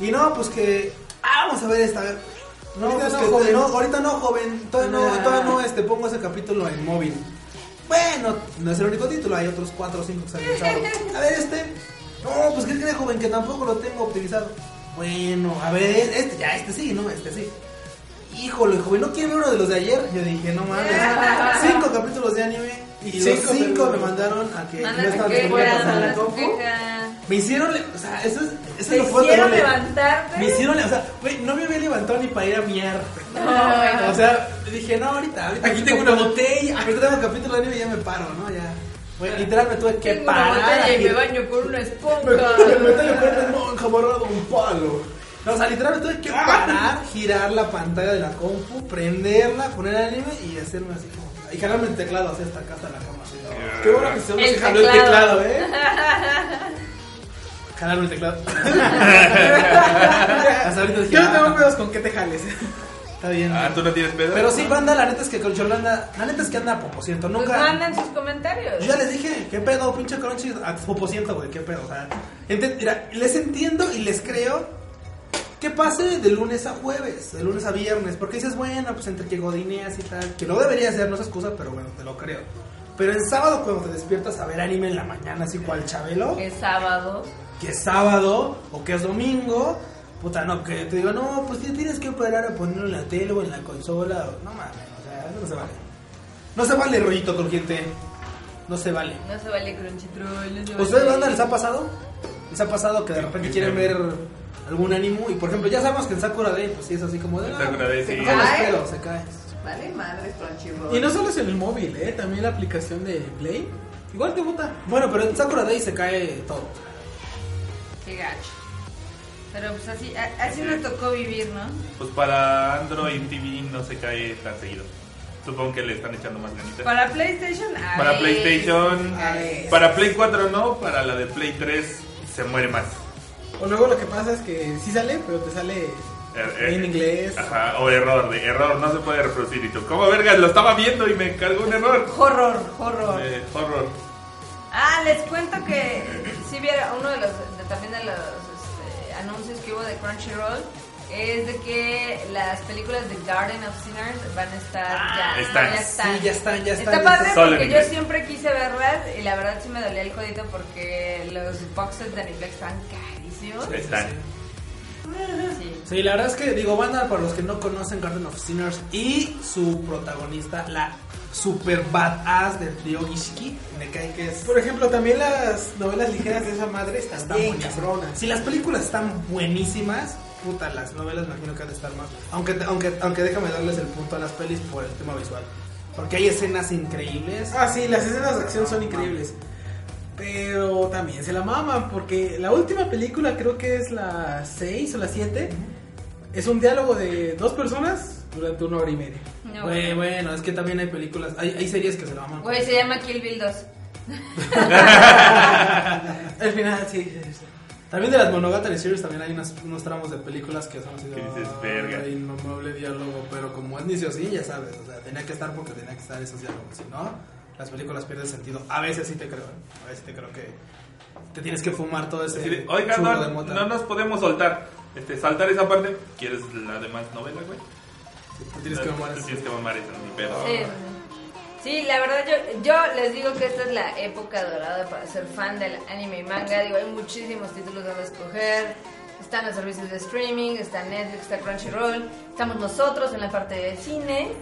D: Y no, pues que. ah, vamos a ver esta. No,
B: Ahorita
D: pues
B: no,
D: que-
B: joven.
D: no, ahorita no, joven. Todavía no,
B: Ah.
D: todavía no este, pongo ese capítulo en móvil. Bueno, no es el único título, hay otros 4 o 5 que se han lanzado. A ver, este. No, pues qué cree, joven, que tampoco lo tengo optimizado. Bueno, a ver, este, ya, este sí, ¿no? Este sí. Híjole, joven, ¿no quiere ver uno de los de ayer? Yo dije, no mames.
E: [LAUGHS]
D: cinco capítulos de anime y
B: Cinco
D: los cinco
B: capítulos.
D: me mandaron a que
E: Mándame
D: no estaba
E: queja,
D: disponible para pasar la
E: mándame
D: compu.
E: queja.
D: Me hicieron, le- o sea, eso es, eso
E: Te
D: es lo fuerte.
E: hicieron
D: ¿no?
E: levantarte.
D: Me hicieron, le- o sea, güey, no me había levantado ni para ir a miar.
E: No, bueno.
D: O sea, dije, no, ahorita, ahorita.
B: Aquí tengo una
D: botella. Ahorita tengo un capítulo de anime y ya me paro, ¿no? Ya. Güey, literal me tuve que
E: Tengo una
D: parar.
E: botella y
D: aquí.
E: me baño con una
D: Me
E: esponja.
D: meterle cuerda en monja amarrado a un palo. No, o sea, literalmente tuve que parar, girar la pantalla de la compu, prenderla, poner anime y hacerme así como. Y jalarme el teclado así hasta acá, hasta la cama. así, ¿no?
B: [LAUGHS]
F: Yeah.
D: Qué bueno que se
E: El
D: se jaló el
E: teclado.
D: teclado, ¿eh? jalarme el teclado. Hasta ahorita dije,
B: Yo no
D: ah,
B: tengo pedos con que te jales.
D: Está bien.
F: Ah, tú no tienes pedo.
D: Pero sí, banda, la neta es que Crunchyroll anda, la neta es que anda a poco ciento.
E: Pues
D: Nunca.
E: manden sus comentarios.
D: Yo ya les dije, qué pedo, pinche Crunchy, a poco ciento, güey, qué pedo. O sea, ente- mira, les entiendo y les creo que pase de lunes a jueves, de lunes a viernes, porque dices, bueno, pues entre que godineas y tal, que no debería ser, no es excusa, pero bueno, te lo creo. Pero el sábado cuando te despiertas a ver anime en la mañana, así cual Chabelo,
E: Es sábado.
D: que es sábado o que es domingo, puta, no, que te digo, no, pues te tienes que operar a ponerlo en la tele o en la consola, o- no mames, o sea, eso no se vale. No se vale rollito crujiente, no se vale.
E: No se vale Crunchyroll. No se vale.
D: ¿Ustedes, banda, les ha pasado? ¿Les ha pasado que de repente quieren ver algún ánimo? Y, por ejemplo, ya sabemos que en Sakura Day, pues sí es así como de...
F: En
D: ah,
F: Sakura Day,
D: se
F: sí.
D: cae los
A: Ay.
D: pelos, se cae.
A: Vale, madre, Crunchyroll.
B: Y no solo es en el móvil, ¿eh? También la aplicación de Play. Igual te bota.
D: Bueno, pero en Sakura Day se cae todo.
E: Qué gacho. Pero pues así, a- así nos tocó vivir, ¿no?
F: Pues para Android TV no se cae tan seguido. Supongo que le están echando más ganitas.
E: Para PlayStation. a
F: Para
E: ver.
F: PlayStation,
E: A ver.
F: para Play 4 no, para la de Play 3 se muere más.
B: O luego lo que pasa es que sí sale, pero te sale
F: Er- er-
B: en inglés.
F: Ajá, o error, de error, no se puede reproducir. Y tú, ¿cómo vergas? Lo estaba viendo y me cargó un error.
E: Horror, horror.
F: Eh, horror.
E: Ah, les cuento que si viera uno de los de- también de los este, anuncios que hubo de Crunchyroll es de que las películas de Garden of Sinners van a estar ya,
F: están.
E: ya están.
D: Sí, ya están, ya están.
E: Está padre
F: Solo en
E: porque yo
F: inglés.
E: siempre quise verlas y la verdad sí me dolía el jodito porque los boxes de Netflix están carísimos.
F: Están.
E: Sí.
D: Sí, la verdad es que, digo, banda, para los que no conocen Garden of Sinners y su protagonista, la super badass de Ryogishiki, me cae que es...
B: [LAUGHS] Por ejemplo, también las novelas ligeras de esa madre están
D: Están
B: bien
D: buenas.
B: cabronas.
D: Si las películas están buenísimas, puta, las novelas me imagino que han de estar más. Aunque, aunque, aunque déjame darles el punto a las pelis por el tema visual. Porque hay escenas increíbles.
B: Ah, sí, las escenas de acción son increíbles. Pero también se la maman, porque la última película, creo que es la 6 o la 7, es un diálogo de dos personas durante una hora y media.
E: No.
D: Güey, bueno, es que también hay películas, hay, hay series que se la maman.
E: Güey, se llama Kill Bill 2.
D: Al final, sí. sí, sí. También de las Monogatari series también hay unas- unos tramos de películas que son así de...
F: Que dices,
D: "Ay,
F: "Verga".
D: inmamable diálogo, pero como es Nicio sí, ya sabes, o sea, tenía que estar porque tenía que estar esos diálogos, si no, las películas pierden sentido. A veces sí te creo, ¿eh? a veces te creo que te tienes que fumar todo ese
F: Así de, Oiga,
D: churro
F: no,
D: de mota".
F: no nos podemos soltar. Este, saltar esa parte. ¿Quieres la demás novela, güey?
D: Te tienes que
F: No,
D: fumar
F: tú
D: ese-
F: Tienes que mamar eso, ni pedo.
E: Sí, Em, Sí, la verdad yo, yo les digo que esta es la época dorada para ser fan del anime y manga. Digo, hay muchísimos títulos donde escoger. Están los servicios de streaming, está Netflix, está Crunchyroll. Estamos nosotros en la parte de cine.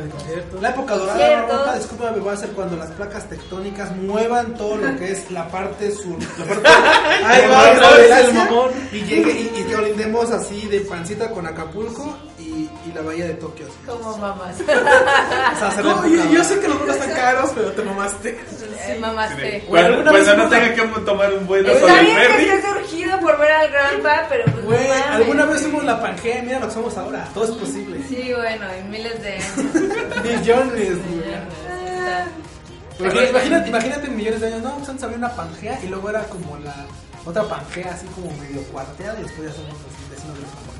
B: El concierto.
D: La época dorada,
E: Cierto.
D: Marmota, discúlpame, va a ser cuando las placas tectónicas muevan todo lo que es la parte sur.
B: [LAUGHS]
D: La parte, ahí va
B: otra
D: otra
B: vez
D: vez
B: el
D: Asia,
B: mamón.
D: Y llegue y, y que olindemos así de pancita con Acapulco y, y la bahía de Tokio. así.
E: Como mamás. [LAUGHS]
D: O sea, hacer la
B: No,
D: época
B: yo, yo
D: dorada.
B: sé que los dos están caros, pero te mamaste.
E: Eh, mamaste.
D: Güey,
F: Cuando,
D: alguna
F: cuando
D: vez
F: no
D: hubo-
F: tenga que tomar un vuelo con
E: Está
F: el
E: bien que
F: ferry.
E: estés surgido por ver al Grandpa, pero pues no
D: Güey,
E: mames.
D: alguna vez somos la Pangea, mira lo que somos ahora. Todo es posible.
E: Sí, bueno, y miles de años.
D: Millones, güey. Pero
E: Pero-
D: imagínate, imagínate en millones de años, no, pues antes había una Pangea y luego era como la otra Pangea, así como medio cuarteada y después ya somos los vecinos de los japoneses.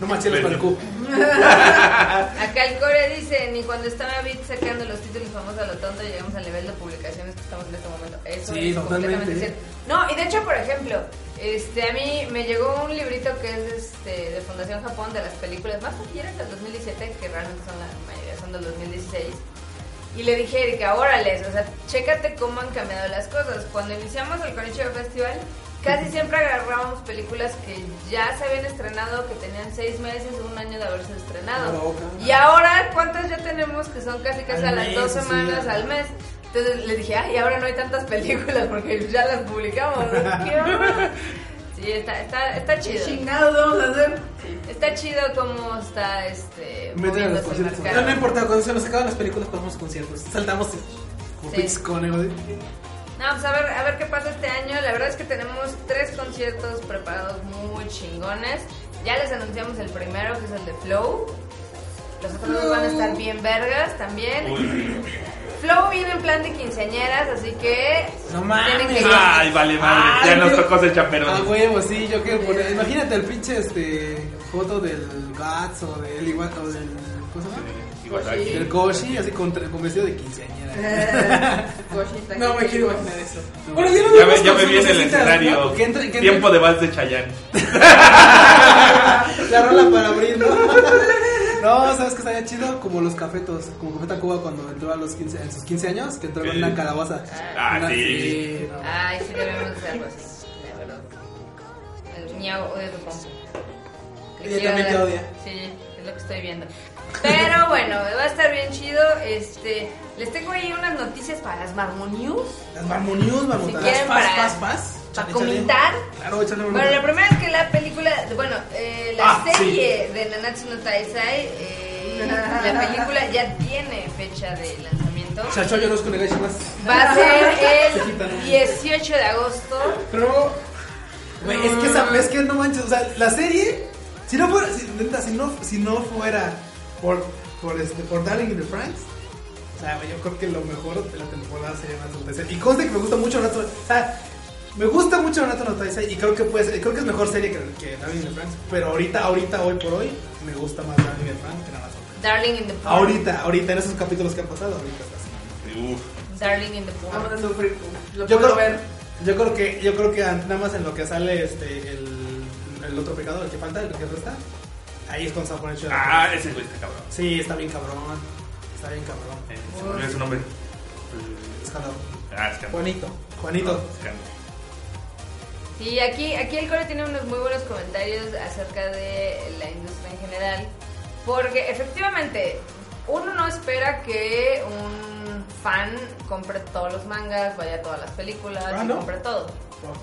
D: No manches los
F: Pero-
D: palcú.
E: Acá el core dice, ni cuando estaba Bit sacando los títulos famosos a lo tonto llegamos al nivel de publicaciones que estamos en este momento. Eso
D: Sí,
E: es
D: totalmente.
E: completamente cierto. No, y de hecho, por ejemplo, este a mí me llegó un librito que es este, de Fundación Japón de las películas más taquilleras del 2017, que realmente son la mayoría, son del 2016. Y le dije a Erika, órale, o sea, chécate cómo han cambiado las cosas. Cuando iniciamos el Conichiro Festival, casi siempre agarrábamos películas que ya se habían estrenado, que tenían seis meses o un año de haberse estrenado.
D: Claro, claro.
E: Y ahora, ¿cuántas ya tenemos que son casi casi
D: Al
E: a las
D: mes,
E: dos
D: sí.
E: semanas al mes? Entonces le dije, ay, ahora no hay tantas películas porque ya las publicamos.
D: [LAUGHS]
E: ¿Qué onda? Sí, está, está, está chido.
A: chingados vamos a [LAUGHS] hacer?
E: Está chido cómo está este.
D: Métele a
E: moviéndose el
D: los conciertos.
B: No,
E: mercado.
B: no importa, cuando se nos acaban las películas, pagamos conciertos.
D: Saltamos como
E: Sí.
D: pinches conejos. ¿eh?
E: No, pues a ver, a ver qué pasa este año. La verdad es que tenemos tres conciertos preparados muy chingones. Ya les anunciamos el primero, que es el de Flow. Los otros dos van a estar bien vergas también.
F: Uy,
E: Flow viene en plan de quinceañeras, así que.
D: No mames.
E: tienen que ir.
F: pues, Ay, vale, madre.
D: Ay,
F: ya nos
D: qué-
F: tocó ese chaperón.
D: A Ah, huevo, sí, yo quiero poner. Imagínate el pinche este, foto del Gats o del Iguata o del. ¿Cómo se llama?
F: Iwasaki.
A: Sí.
D: Del Koshi, así con, tre- con vestido de quinceañera.
A: Goshita,
B: No me
A: que-
B: quiero imaginar eso. Bueno, ya,
F: Ya me, ya me vi en el
D: ¿no?
F: escenario.
D: Que entre- que entre-
F: Tiempo de vals de Chayanne.
D: La rola para abrir, ¿no? [LAUGHS] No, ¿sabes qué estaría chido? Como los cafetos, como Cafeta Cuba cuando entró a los 15, en sus 15 años, que entró con
F: Sí.
D: una calabaza.
F: Ah,
D: Una-
F: sí.
D: no.
E: Ay, sí, debemos de algo así, la verdad. El ñao odia tu compu. Le
D: Ella
E: quiero
D: también te
E: dar-
D: odia.
E: Sí, es lo que estoy viendo. Pero bueno, va a estar bien chido. Este, les tengo ahí unas noticias para las Marmonews.
D: Las marmonews, marmotas.
E: Si quieren
D: Pas,
E: para-
D: pas, pas.
E: para
D: Échale, échale.
E: comentar.
D: Claro, échale una
E: Bueno, la
D: marmota.
E: primera es que la película, bueno, eh, la
D: Ah, sí.
E: serie de Nanatsu no Taizai, eh, y la película ya tiene fecha de lanzamiento.
D: Chacho, yo no con el más.
E: Va a
D: [LAUGHS]
E: ser
D: Se quita, ¿no?
E: el 18 de agosto.
D: Pero, güey, es que esa es que no manches, o sea, la serie, si no fuera, si, neta, si no, si no fuera por, por este, por Darling in the Franks, o sea, güey, yo creo que lo mejor de la temporada sería Naruto no Taizai. Y conste que me gusta mucho Naruto, o sea, me gusta mucho Naruto no Taizai y creo que puede ser- creo que es mejor serie que, que Darling in the Franks, pero ahorita, ahorita, hoy por hoy, me gusta más Darling in the Franks que Naruto.
E: Darling in the Porn.
D: Ahorita, ahorita, en esos capítulos que han pasado, ahorita está así.
F: Uf.
E: Darling in the
A: Vamos
D: Ah,
E: Porn.
A: a sufrir. Lo
D: Yo
A: puedo
D: creo,
A: ver.
D: yo creo que yo creo que an- nada más en lo que sale este el, el otro pecado, el que falta, el que resta, ahí es con San Juan Chula.
F: Ah, ese güey está cabrón.
D: Sí, está bien cabrón. Está bien cabrón.
F: Eh, Se me olvidó su nombre.
D: Es cabrón.
F: Ah, es que
B: Bonito.
D: Juanito.
E: Y aquí, aquí el core tiene unos muy buenos comentarios acerca de la industria en general. Porque efectivamente, uno no espera que un fan compre todos los mangas, vaya a todas las películas
D: Ah,
E: y
D: ¿no?
E: compre todo.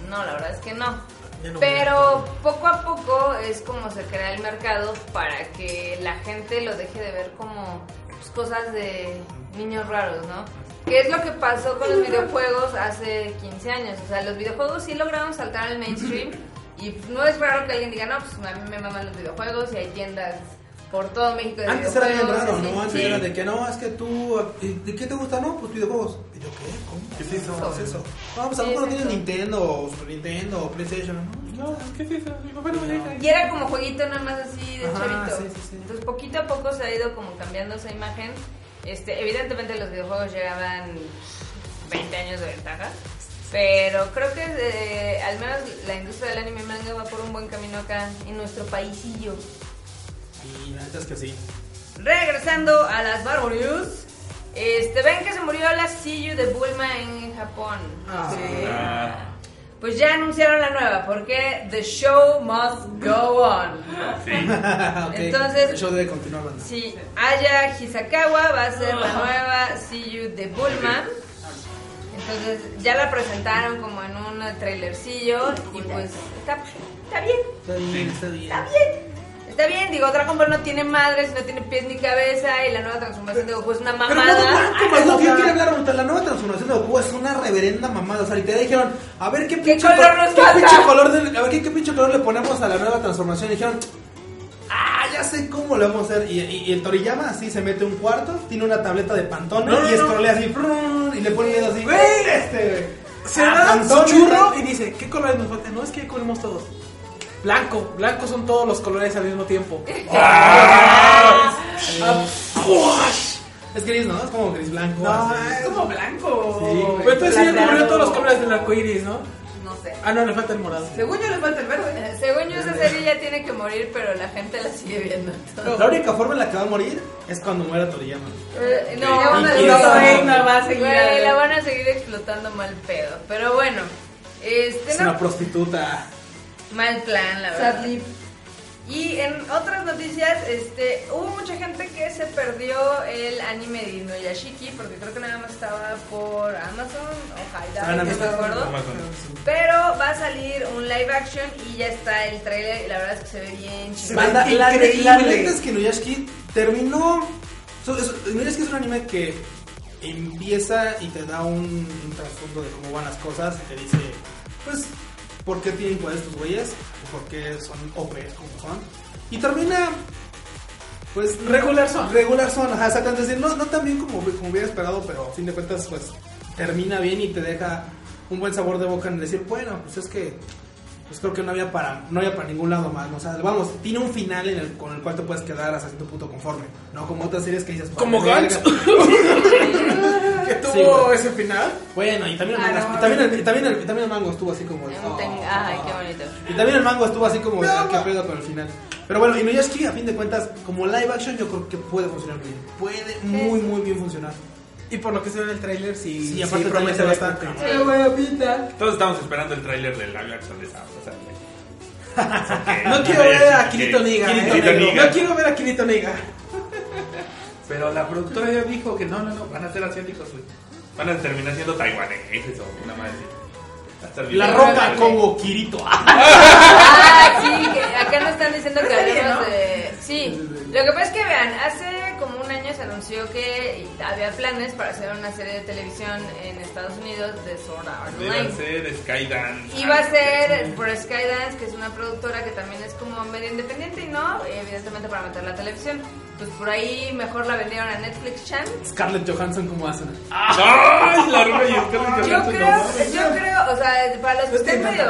D: No.
E: No, la verdad es que no.
D: Ya no
E: Pero poco a poco es como se crea el mercado para que la gente lo deje de ver como pues, cosas de niños raros, ¿no? Que es lo que pasó con los videojuegos hace 15 años. O sea, los videojuegos sí lograron saltar al mainstream y no es raro que alguien diga, no, pues a mí me maman los videojuegos y hay tiendas por todo México de
D: Antes era
E: videojuegos.
D: bien raro,
E: así.
D: ¿no? Antes
F: Sí.
D: era de que no, es que tú. ¿y ¿De qué te gusta, no? Pues videojuegos. ¿Y yo qué? ¿Cómo? ¿Qué es eso? ¿Qué es eso? No, pues a lo
E: Sí,
D: mejor no
E: es
D: tienes
E: eso.
D: Nintendo, o Super Nintendo, o PlayStation. No, no, ¿qué es eso? Mi papá no me deja.
E: Y era como jueguito nada más así de
D: Ajá,
E: chavito.
D: sí, sí, sí.
E: Entonces poquito a poco se ha ido como cambiando esa imagen. Este, evidentemente los videojuegos llegaban 20 años de ventaja. Pero creo que eh, al menos la industria del anime y manga va por un buen camino acá en nuestro paisillo.
D: Y la neta es que sí.
E: Regresando a las Barbo News. Este, ven que se murió la Siyu de Bulma en Japón.
D: Ah.
B: Ah,
A: Sí.
F: Ah,
E: Pues ya anunciaron la nueva, porque The Show Must Go On.
F: sí.
D: Ah, ok.
E: Entonces-
D: El show debe continuar, banda.
E: Sí, Aya Hisakawa va a ser la nueva CU de Bulma. Entonces ya la presentaron como en un trailercillo y pues está, está bien,
D: Está bien, está bien.
E: está bien. Está bien, digo, Dragon Ball no tiene madres, no tiene pies ni cabeza y la nueva transformación de Goku es una
D: Pero no,
E: mamada.
D: no, no, es lo que yo quería hablar ahorita. La nueva transformación de Goku es una reverenda mamada. O sea, literal dijeron, a ver qué pinche
E: color
D: co-
E: nos
D: qué
E: falta?
D: pinche color de- a ver qué, qué pinche color le ponemos a la nueva transformación. Y dijeron, ah, ya sé cómo lo vamos a hacer. Y, y- y el Toriyama así se mete un cuarto, tiene una tableta de pantone
F: No, no,
D: y
F: no.
D: escrolea así, prrrr, y le pone el dedo así, güey, este,
B: Se
D: ah,
B: da su
D: Pantone,
B: churro
D: güey.
B: y dice, ¿qué colores nos faltan? No, es que ya comimos todos. Blanco, blanco son todos los colores al mismo
E: [LAUGHS]
B: tiempo.
D: Ah, ¡puash! Es gris, ¿no? Es como gris blanco.
B: No,
D: así.
B: es como blanco.
D: Sí, güey.
B: Pero entonces ya
A: Plateado.
B: cubrió todos los colores del arco iris, ¿no?
A: No sé.
B: Ah, no, le falta el [LAUGHS] morado.
A: Según yo les falta el verde.
E: Eh, Según yo esa serie ya tiene que morir, pero la gente la sigue viendo. entonces.
D: La única forma en la que va a morir es cuando muera Toriyama.
E: Eh,
A: No,
E: No,
A: no,
E: no,
D: quién
A: no,
D: sabe?
A: no, va a seguir.
E: Güey, la van a seguir explotando mal pedo. Pero bueno, este
D: Es
E: no-
D: una prostituta.
E: Mal plan, la verdad.
A: Sadly.
E: Y en otras noticias, este, hubo mucha gente que se perdió el anime de Inuyashiki porque creo que nada más estaba por Amazon o
D: Ah,
E: Haidai, no
D: nada más.
E: me acuerdo.
F: Amazon.
E: Pero va a salir un live action y ya está el trailer y la verdad es que se ve bien [LAUGHS] chido.
D: Banda,
B: ve
D: la,
B: increíble.
D: la neta es que Inuyashiki terminó. so- es- Inuyashiki es un anime que empieza y te da un, un trasfondo de cómo van las cosas. y Te dice, pues, por qué tienen poder estos güeyes, o por qué son OP como son. Y termina, Pues regular son. Regular son, ajá, exactamente. Es decir, no, no tan bien como, como hubiera esperado, pero a fin de cuentas, pues termina bien y te deja un buen sabor de boca en decir, bueno, pues es que pues creo que no había para no había para ningún lado más, ¿no? o sea, vamos, tiene un final en el, con el cual te puedes quedar hasta cierto punto conforme, no como otras series que dices,
B: Como
D: "Vale,
B: Gantz".
D: verga".
B: [LAUGHS] ¿Qué
D: Sí,
B: tuvo
D: güey.
B: ese final?
D: Bueno, y también el,
A: Ah,
D: mangas-
A: no,
D: y también el, y también el- y también el mango estuvo así como
E: Ya no tengo- Ay, qué bonito.
D: Y también el mango estuvo así como de, qué pedo con el final. Pero bueno, Inuyashiki a fin de cuentas, como live action yo creo que puede funcionar bien. Puede muy muy bien funcionar.
B: Y por lo que se ve en el tráiler, sí,
D: Sí, aparte
B: promete
D: también se ve
B: bastante.
D: con
E: Sí.
F: Todos estamos esperando el tráiler del live action de esa. o sea, de-
B: No
F: Ok,
B: quiero
F: ver,
B: ver Ah, a
F: ok.
B: Kirito Niga.
F: Kirito
B: eh.
F: Niga.
B: No quiero ver a Kirito Niga.
F: Pero la productora ya dijo que no, no, no, van a ser asiáticos, güey. Van a terminar siendo taiwaneses o una madre. así. Va a estar bien.
D: La roca como Kirito.
E: Ah, sí, que acá nos están diciendo que
A: Está bien,
E: hablemos
A: ¿no?
E: de. Sí, lo que pasa es que vean, hace como un año se anunció que había planes para hacer una serie de televisión en Estados Unidos de Sword Art
F: Iba a
E: Online.
F: ser Skydance.
E: Iba a ser por Skydance, que es una productora que también es como medio independiente y no, evidentemente para meter la televisión. Pues por ahí mejor la vendieron a Netflix Channel.
D: Scarlett Johansson como hacen.
F: ¡Ay, la roca y Scarlett
E: Yo
F: Johansson,
E: creo,
F: no mames.
E: yo creo, o sea, para los que estén medio.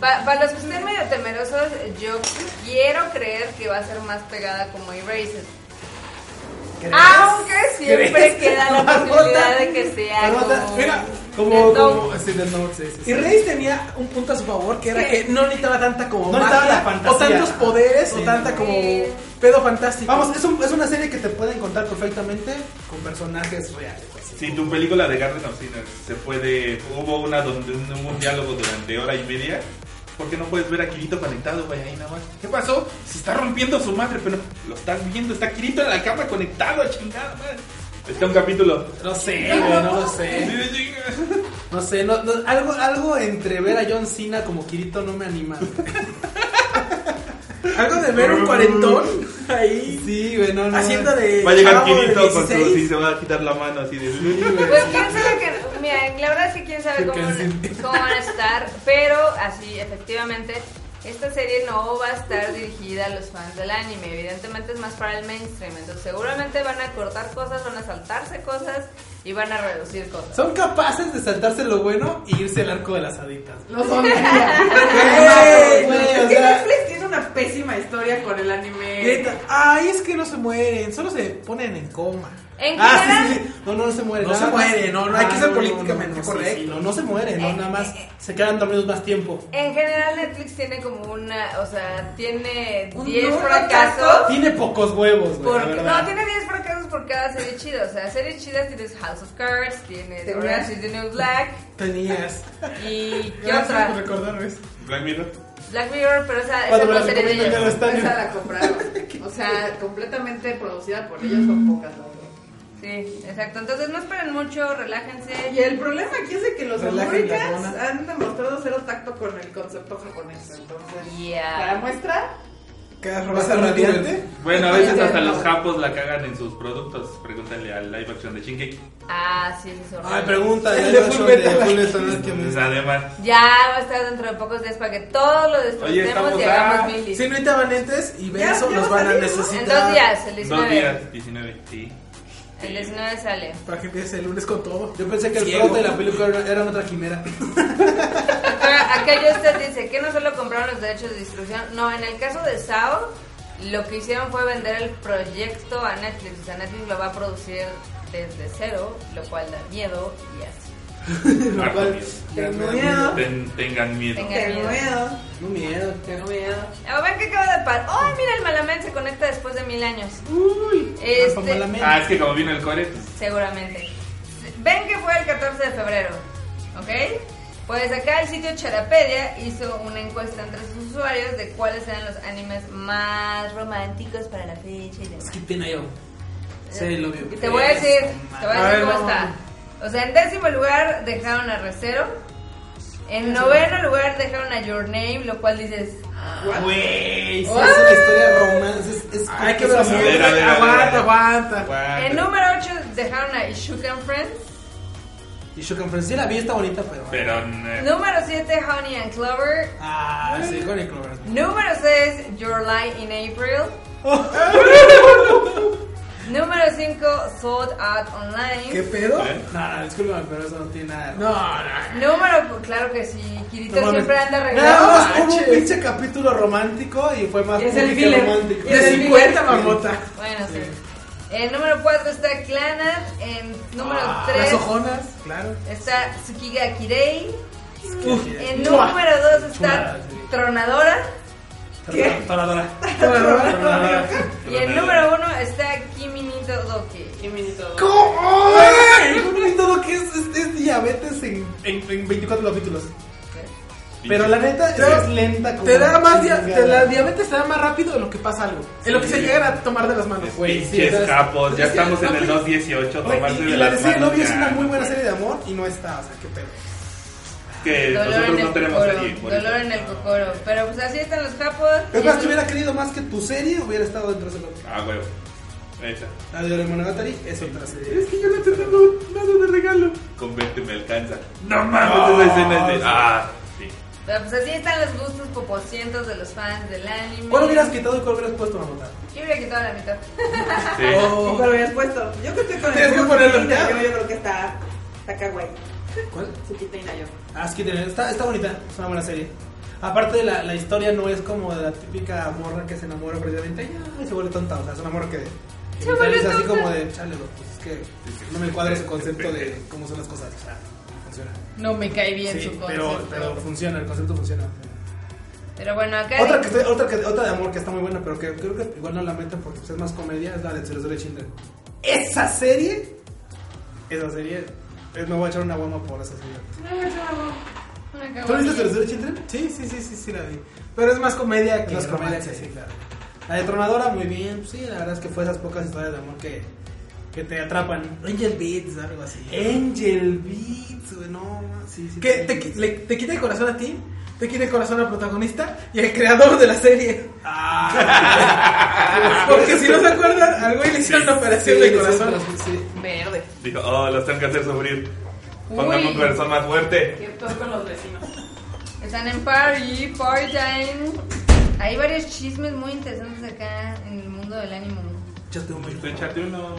E: pa- para los que estén medio temerosos, yo quiero creer que va a ser más pegada como Eraser. Aunque siempre
D: ¿Crees?
E: queda la
D: [LAUGHS] Marmota.
E: posibilidad de que sea
D: Marmota,
E: como.
D: mira,
E: Death
D: como,
E: Note.
D: como sí, Death Note, sí, sí, sí.
B: Y Reyes tenía un punto a su favor que era
E: Sí.
B: que no necesitaba tanta como
D: No necesitaba
B: magia,
D: la fantasía.
B: o tantos poderes
D: Sí.
B: o tanta como
E: Sí.
B: pedo fantástico.
D: Vamos, es, un- es una serie que te pueden contar perfectamente con personajes reales. así.
F: Si tu película de Garden of Sinners se puede. Hubo una donde un- hubo un diálogo durante hora y media. ¿Por qué no puedes ver a Kirito conectado, güey? Ahí nada más. ¿Qué pasó? Se está rompiendo su madre, pero lo estás viendo. Está Kirito en la cama conectado, chingada madre. Está un capítulo.
D: No sé, güey, no lo sé. No sé, no- no- algo, algo entre ver a John Cena como Kirito no me anima.
B: Algo de ver un cuarentón ahí
D: Sí, güey, no, no.
B: haciendo de
F: Va a
D: Ah,
F: llegar
B: chavo de
F: Kirito con su.
B: 16.
F: Sí, se va a quitar la mano así de.
E: Pues quién sabe que. Mira, la verdad es que quién sabe cómo, cómo van a estar. Pero así, efectivamente, esta serie no va a estar dirigida a los fans del anime. Evidentemente es más para el mainstream. Entonces, seguramente van a cortar cosas, van a saltarse cosas y van a reducir cosas.
D: Son capaces de saltarse lo bueno e irse al arco de las haditas.
A: Los odia.
B: Güey, güey,
A: Es
B: o
A: que
B: sea,
A: Netflix tiene una pésima historia con el anime.
B: neta, Ay, es que no se mueren, solo se ponen en coma.
E: En
D: Ah,
E: general,
D: sí, sí, sí. No, no, no se muere.
B: No se muere, no, no, hay que ser políticamente correcto.
D: no, no se muere, no, nada más se quedan dormidos más tiempo.
E: en general Netflix tiene como una, o sea, tiene
A: Un
E: 10
A: nulo
E: fracasos.
D: Tiene pocos huevos, güey, la
E: Por-
D: verdad.
E: no, tiene 10 fracasos por cada serie chida. O sea, series chidas tienes House of Cards, tienes
A: Tenía-
E: Orange is the New Black
B: Tenías.
E: y ¿qué
B: Gracias
E: otra?
B: por recordarme eso.
F: Black Mirror.
E: Black Mirror, pero esa, esa
D: Cuando me
E: no
D: la
E: serie de
D: recomiendan ya
E: ellos.
D: no está
A: Esa la compraron. O sea, completamente producida por ellos son pocas las dos.
E: Sí, exacto. Entonces no esperen mucho, relájense.
A: Y el problema aquí es de que los
B: Relájense,
A: Américas
B: cabrona.
A: han demostrado cero tacto con el concepto japonés. Entonces, para
E: Yeah.
A: muestra,
B: ¿Qué
D: ¿Vas a radiante?
F: Bueno, a veces hasta los japos la cagan en sus productos. Pregúntale al live action de Shingeki.
E: Ah, sí, ese es horrible.
D: Ay, pregunta,
B: El
D: el
B: de
D: de
B: Full
D: Full
B: Metal
D: Metal
F: Entonces,
D: Alchemist.
F: además.
E: Ya va a estar dentro de pocos días para que todo lo
F: Oye,
E: destruyamos
F: estamos
E: y hagamos
F: a-
E: mil
B: Si no estaban antes y ven
A: Ya,
B: eso,
A: ya
B: los
A: va
B: van
A: a
B: a
A: salir, ¿no?
B: necesitar.
E: En dos días, el 19.
F: Dos días, 19, sí.
E: El 19 sale.
B: Para que empiece el lunes con todo.
D: Yo pensé que el
B: Ciego.
D: prota de la película era- eran otra quimera.
E: Pero acá ya usted dice que no solo compraron los derechos de distribución, no, en el caso de Sao, lo que hicieron fue vender el proyecto a Netflix. O sea, Netflix lo va a producir desde cero, lo cual da miedo y así.
D: Lo
F: Harto
D: cual.
F: miedo.
A: tengo miedo.
F: Ten- tengan miedo.
E: Tengan-
A: Tengo miedo.
D: No miedo.
A: Tengo miedo.
E: A ver qué acaba de pasar. ¡Ay, mira, el Malamén se conecta después de mil años!
D: Uy,
E: Este-
D: Rafa Malamén.
F: Ah, es que como vino el core, pues,
E: Seguramente. Ven que fue el 14 de febrero, ¿ok? Pues acá el sitio Charapedia hizo una encuesta entre sus usuarios de cuáles eran los animes más románticos para la fecha y demás.
D: Skip Nail. Sí, lo veo.
E: Y te voy a decir, te voy a
B: A
E: decir
B: ver,
E: cómo
B: vamos.
E: está. O sea, en décimo lugar dejaron a Recero. En noveno lugar dejaron a Your Name, lo cual dices,
D: Güey, sí, es
E: Ah.
D: una historia romance. Es, es
B: Hay que ver
D: es-
B: si
F: A ver, a ver, a ver, a ver.
B: Aguanta, aguanta.
F: guau,
D: Ah,
E: En número 8 dejaron a Ishook and Friends.
D: Y Shock Friends, sí la vi, está bonita, pero.
F: Pero eh, no.
E: Número 7, Honey and Clover.
D: Ah, sí, con el Clover. [LAUGHS]
E: Número 6, Your Lie in April. Número 5, Sword Art Online.
B: ¿Qué pedo?
F: ¿Eh?
D: No, no, discúlpame, pero eso no tiene nada.
B: No, no.
E: Número, pues, claro que sí. Kirito
D: No mames.
E: siempre anda
D: Nada
E: arreglado.
D: más hubo un
B: manches.
D: pinche capítulo romántico y fue más
A: Es el
D: cursi que
A: filler.
D: romántico.
A: Es
D: Sí.
A: el
D: mamota.
E: Bueno, sí. En número 4 está Clanat. En número
D: Ah, Las
E: 3
D: ojonas, claro.
E: está Tsukiga Kirei.
D: Uf,
B: eh,
E: En
D: Chua.
E: número 2 está
D: Chulada, sí.
E: Tronadora.
A: ¿Qué?
D: Toradora.
A: [LAUGHS]
E: Y en número 1 está Kiminito Doki.
A: Qué minuto.
D: ¿Cómo? ¡Ay! Todo lo que es, es, es diabetes en, en, en 24 capítulos. Pero la neta
B: Te-
D: es lenta como
B: Te da más dia-
D: chingada.
B: te- la diabetes te da más rápido de lo que pasa algo. Es lo que se llegan a tomar de las manos.
D: Güey, sí,
F: Pinches
D: entonces-
F: capos, ya
B: es que-
F: estamos en
B: no,
F: el
B: pues-
F: 218.
D: Oye,
F: Tomarse
D: y, y
F: de
D: la
F: las
D: decía
F: manos.
D: novio es una
F: ya,
D: muy buena
F: güey.
D: serie de amor y no está, o sea, qué pedo.
F: Que
E: Dolor en
F: nosotros
E: el
F: no tenemos
E: cocoro.
F: serie. por
E: Dolor
F: eso.
E: en el cocoro. Pero pues así están los capos.
D: Es
E: Y
D: más,
E: en-
D: te hubiera querido más que tu serie hubiera estado dentro de ese otro.
F: Ah, huevo. Esa.
D: La de Monogatari es otra serie.
B: que yo no te tengo nada de regalo.
F: Convierte me alcanza. No mames, esa escena es de. Ah, sí.
E: Pero pues así están los gustos popocientos de los fans del anime.
D: ¿Cuál hubieras quitado y cuál hubieras puesto, mamota?
E: Yo hubiera quitado la mitad.
F: Sí.
D: Oh.
B: Oh,
A: ¿Y cuál habías puesto? Yo creo que estoy con
D: Tienes
A: el
D: que
A: Suki
D: ponerlo,
A: y
D: ya.
A: Nayo, Yo creo que está. Está kawaii.
D: ¿Cuál?
A: Sukita y Nayo.
D: Ah, sí, está, está bonita, es una buena serie. Aparte, la, la historia no es como de la típica morra que se enamora precisamente y ya, se vuelve tonta. O sea, es una morra que. que
E: Se vuelve
D: es así
E: tonta.
D: como de, chale, bro, pues es que no me cuadra su concepto de cómo son las cosas. O sea, no funciona.
E: No me cae bien
D: Sí,
E: su concepto.
D: pero, pero funciona, el concepto funciona.
E: Pero bueno, acá.
D: Otra, que estoy- otra, que, otra de amor que está muy buena, pero que creo que igual no la meten porque pues, es más comedia, es la de Ceresore Children. Esa serie, esa serie, eh, me voy a echar una bomba por esa serie. ¿Tú viste Ceresore Children?
B: Sí, sí, sí, sí, sí, la vi.
D: Pero es más comedia que
B: Más comedia
D: romance,
B: que-
D: sí, claro. La de Tronadora, muy bien, Pues sí, la verdad es que fue esas pocas historias de amor que, que te atrapan.
B: Angel Beats, algo así.
D: Eh, Angel Beats, güey, no, sí, sí.
B: Que te, qui- le- te quita el corazón a ti, te quita el corazón al protagonista y al creador de la serie.
D: Ah.
B: [LAUGHS] Porque si no se acuerdan, al güey le hicieron una operación de corazón.
A: Verde.
F: Dijo, oh, los tengo que hacer sufrir. Póngame
E: Uy.
F: un corazón más fuerte.
A: ¿Qué pasó con los vecinos?
E: Están en Party, Party Time. Hay varios chismes muy interesantes acá en el mundo del ánimo.
D: Pues,
F: Tú échate uno.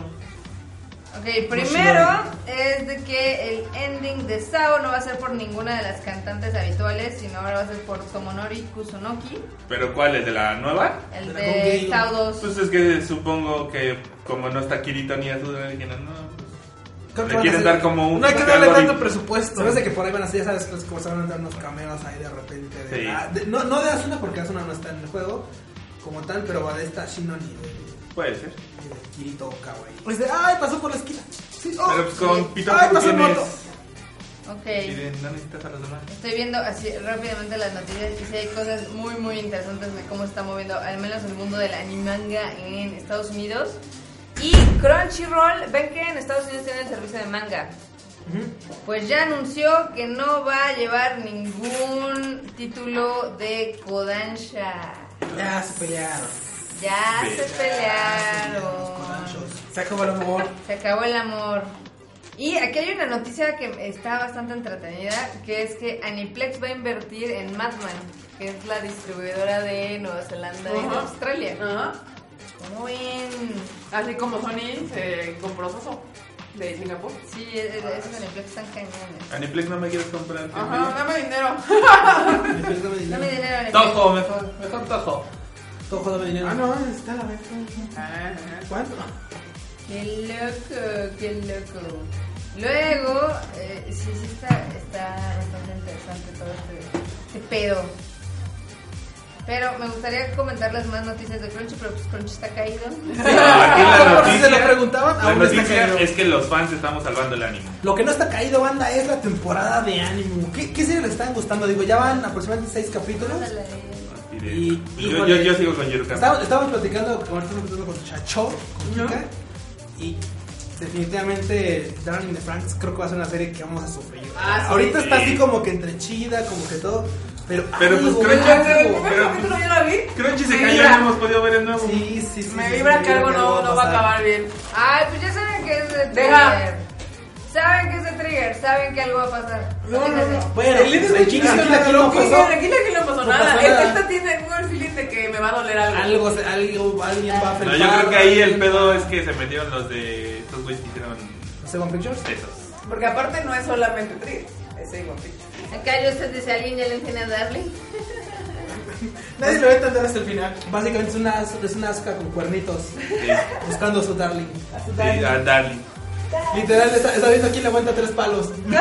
E: Ok, primero es de que el ending de Sao no va a ser por ninguna de las cantantes habituales, sino ahora va a ser por Tomonori Kusunoki,
F: ¿Pero cuál? ¿El de la nueva?
E: el
D: Dragon Gate.
E: de Sao 2.
F: Pues es que supongo que como no está Kirito ni Azura, dijeron, no. pues
D: Creo que
F: Le
D: van a
F: quieren
D: hacer-
F: dar como un.
B: No hay que darle
F: algo
B: tanto
F: di-
B: presupuesto.
D: Sabes de que por ahí van así, ya sabes, pues, como se van a dar unos cameos ahí de repente. De,
F: Sí.
D: ah, de- no, no de Asuna porque Asuna no está en el juego como tal, pero va de esta Shinoni de,
F: Puede ser.
D: de Kirito Kawaii.
B: Pues de, ay, pasó por la esquina. Sí, oh,
F: Pero pues con Pito
B: Ay, pasó el
F: tienes-
B: moto.
F: y
E: Ok.
F: de, No necesitas a los demás.
E: Estoy viendo así rápidamente las noticias y sí hay cosas muy muy interesantes de cómo se está moviendo al menos el mundo del animanga en Estados Unidos. Y Crunchyroll, ven que en Estados Unidos tienen el servicio de manga. Pues ya anunció que no va a llevar ningún título de Kodansha.
B: Ya se pelearon.
E: Ya se
F: Ve-
D: Los
E: pelearon.
D: Kodanshos.
B: Se acabó el amor.
E: Se acabó el amor. Y aquí hay una noticia que está bastante entretenida, que es que Aniplex va a invertir en Madman, que es la distribuidora de Nueva Zelanda y de
A: Ajá.
E: Australia.
A: Ajá.
E: ¿Cómo ven?
A: Así como Sony se compró Soso de Singapur.
E: Sí, es- es- esos Aniplex están cañones.
F: Aniplex, no me quieres comprar.
A: Ajá, dame dinero.
D: Después dame dinero.
E: Dame dinero, Aniplex.
F: Tojo, mejor, mejor tojo.
D: Tojo, dame dinero.
B: Ah, no, está la venta.
D: ¿Cuánto?
E: Qué loco, qué loco. Luego, eh, sí, sí está, está bastante interesante todo este, este pedo. Pero me gustaría comentarles más noticias de Crunchy, pero pues Crunchy está caído.
F: la
D: Por si se lo
F: noticia,
D: preguntaban,
F: la
D: aún está
F: noticia
D: caído.
F: es que los fans estamos salvando el ánimo.
D: Lo que no está caído, banda, es la temporada de ánimo. ¿Qué, qué serie le están gustando? Digo, ya van aproximadamente seis capítulos.
F: Y de- pues,
D: Y-
F: yo,
D: híjole.
F: yo- yo sigo con Yuruka.
D: Estábamos, estábamos platicando, con- ahorita estamos platicando con Chacho, con
B: Ujú.
D: Chica, y definitivamente Darling in the Franks creo que va a ser una serie que vamos a sufrir.
A: Ah, sí.
D: ahorita está
F: Sí.
D: así como que entre chida, como que todo, pero...
F: Pero, pues,
D: algo,
F: Crunchy-
D: algo.
A: El primer
F: Pero-
A: capítulo yo la vi.
F: Crunchy se
A: Me
F: cayó,
A: vibra.
F: no hemos podido ver el nuevo.
D: Sí, sí, sí.
A: Me
D: sí,
A: vibra
D: sí,
A: que algo
D: creo que
A: no,
D: algo
A: no va a
D: pasar.
A: acabar bien.
E: Ay, pues ya saben que es de
A: Deja.
E: Deja. Saben que es de trigger, saben que algo va a pasar.
A: No, no, no.
D: Bueno,
B: El líder del
D: aquí-
B: chingue,
D: aquí
B: aquí
D: la
B: no
D: que no
B: pasó.
D: pasó.
A: Fíjense, Aquí la que no pasó
D: No
A: nada.
D: pasó
A: Esta,
D: nada.
A: esta tiene un buen feeling de que me va a doler algo.
D: Algo, se- algo, alguien va a
C: No,
D: felpar.
C: yo creo que ahí el pedo es que se metieron los de estos güeyes que hicieron
D: Seven Pictures.
C: esos.
A: Porque aparte no es solamente trigger, es igual.
E: Acá yo usted dice, ¿alguien ya le enseña a darle?
D: Nadie lo va a entender hasta el final. Básicamente es una, es una asca con cuernitos
C: Sí,
D: buscando a su darling.
C: sí, a Darling.
D: Literal, está, está viendo quién le aguanta tres
A: [LAUGHS]
D: palos. ¿Quién le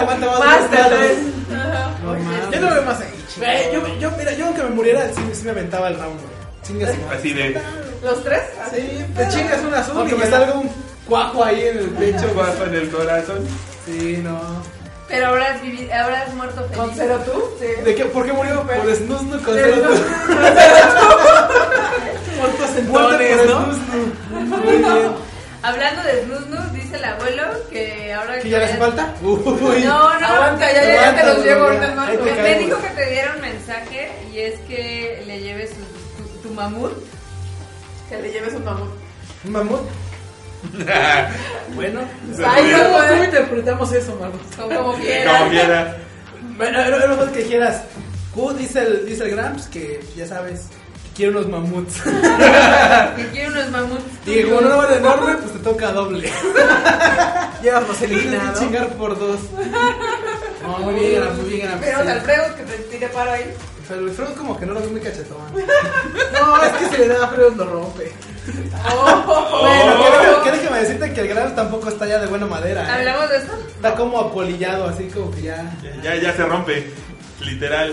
D: aguanta más,
A: Más de
D: tres palos?
A: tres.
D: No mames.
B: Yo no veo más ahí, chico.
D: Güey, yo, yo, mira, yo aunque me muriera, sí, sí me aventaba el round, güey.
A: [LAUGHS]
D: Chingas,
C: Así de.
A: ¿Los tres?
D: Sí, te chingas un azul
B: Aunque
D: y
B: me
D: me salga un cuajo ahí en el pecho.
C: Mucho guapo en el
F: [LAUGHS]
C: corazón.
D: Sí, no.
E: Pero habrás, vivi- habrás muerto feliz.
A: ¿Con cero tú? Sí.
D: ¿De qué? ¿Por qué murió? Por snusnu con
A: Del
D: cero.
A: dos-
D: [LAUGHS] Muerto
A: sentones,
D: por
A: ¿no?
D: snusnu. Muy bien.
E: Hablando de Snus Snus, dice el abuelo que ahora
D: ¿Qué ya le hace falta? Uy.
E: No, no,
A: Aguanta, ya,
D: ya, ya te los
E: aguanta,
D: llevo,
E: aguanta.
D: ahorita más. Ahí te
E: Me- Me
D: caigo.
E: dijo que te diera un mensaje y es que le lleves su- tu, tu mamut.
A: Que le lleves un mamut.
D: ¿Un mamut? bueno.
A: Ay,
D: Ay, ¿Cómo,
A: no, eh.
D: ¿Cómo
A: güey.
D: interpretamos eso, Margot?
A: Como
C: Como
A: quieras.
C: quiera.
D: Bueno, era era lo más que dijeras. Q dice el, dice el Gramps que ya sabes, que quiere unos [LAUGHS] mamuts.
E: Que quiere unos mamuts.
D: Y como no vale enorme, pues te toca [LAUGHS] doble.
B: Llevas
D: pues, Tienes
B: vaselina,
D: que
B: ¿no?
D: chingar por dos. No, muy bien, Gramps, muy bien, Gramps.
A: Pero
D: sí.
A: Alfredo que te tire paro ahí.
D: Pero el Freud como que [LAUGHS] no lo es muy cachetón.
B: No, es que si le da frío lo rompe.
A: Oh,
D: Bueno,
A: bueno,
D: que déjame-
A: pero-
D: que déjame decirte que el Gramps tampoco está ya de buena madera. ¿eh?
E: ¿Hablamos de esto?
D: Está como apolillado, así como que ya.
C: Ya, ya se rompe. Literal.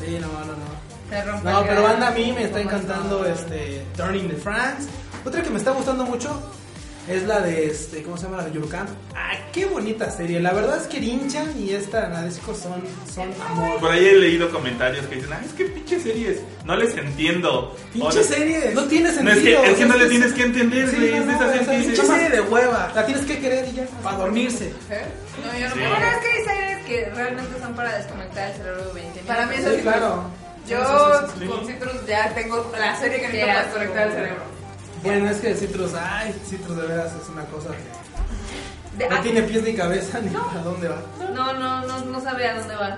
D: Sí, no, no, no.
E: Se rompe
D: No,
E: el cráneo.
D: pero banda a mí me está
E: ¿Cómo
D: encantando
E: son?
D: este Turning the France. Otra que me está gustando mucho es la de este, ¿cómo se llama? La de Yurkan. Ah, qué bonita serie. La verdad es que Rinchan y esta Nadesco son son amor.
C: Por ahí he leído comentarios que dicen, ah, es que pinche series. No les entiendo. O
D: Pinche
C: no-
D: serie, no tiene
C: No, es
D: sentido.
C: que, es que no
D: Es-
C: le
D: es-
C: tienes que entender,
D: Sí,
C: güey,
D: no,
C: es
D: no,
C: esa
D: o
C: serie
D: sea,
C: que
D: pinche
C: dices,
D: serie
B: de hueva.
D: La tienes que querer y ya, para dormirse.
A: ¿Eh?
E: No, yo no
C: Sí.
E: puedo. Bueno, es que hay series que realmente son para desconectar el cerebro 20
A: Para mí
E: es
A: eso
D: Sí, claro.
A: Yo
D: Sí, sí, sí, sí.
A: con Citrus ya tengo la serie que
E: Qué
A: necesito para
E: asco.
A: conectar el cerebro.
D: Bueno, es que Citrus, ay, Citrus de veras es una cosa que
E: De-
D: no
E: ah,
D: tiene pies ni cabeza ni a dónde va.
E: no, no, no, no sabe a dónde va.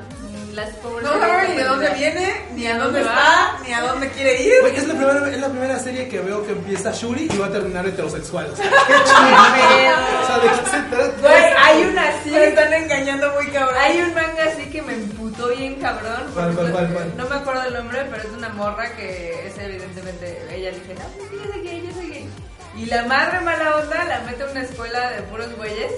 E: Las pobres
A: No sabe ni de dónde viene, ni a dónde está, ni a dónde quiere ir.
D: Güey, es la primera es la primera serie que veo que empieza Shuri y va a terminar heterosexual. O sea, O sea, ¿de qué se trata?
A: Güey,
E: hay una así.
A: Me están engañando muy cabrón. [LAUGHS]
E: Hay un manga así que me emputó bien cabrón.
D: ¿Cuál, cuál, cuál, cuál?
E: No me acuerdo el nombre, pero es una morra que es evidentemente. Ella dice, no, pues sí, yo soy gay, yo soy gay. Y la madre mala onda la mete a una escuela de puros güeyes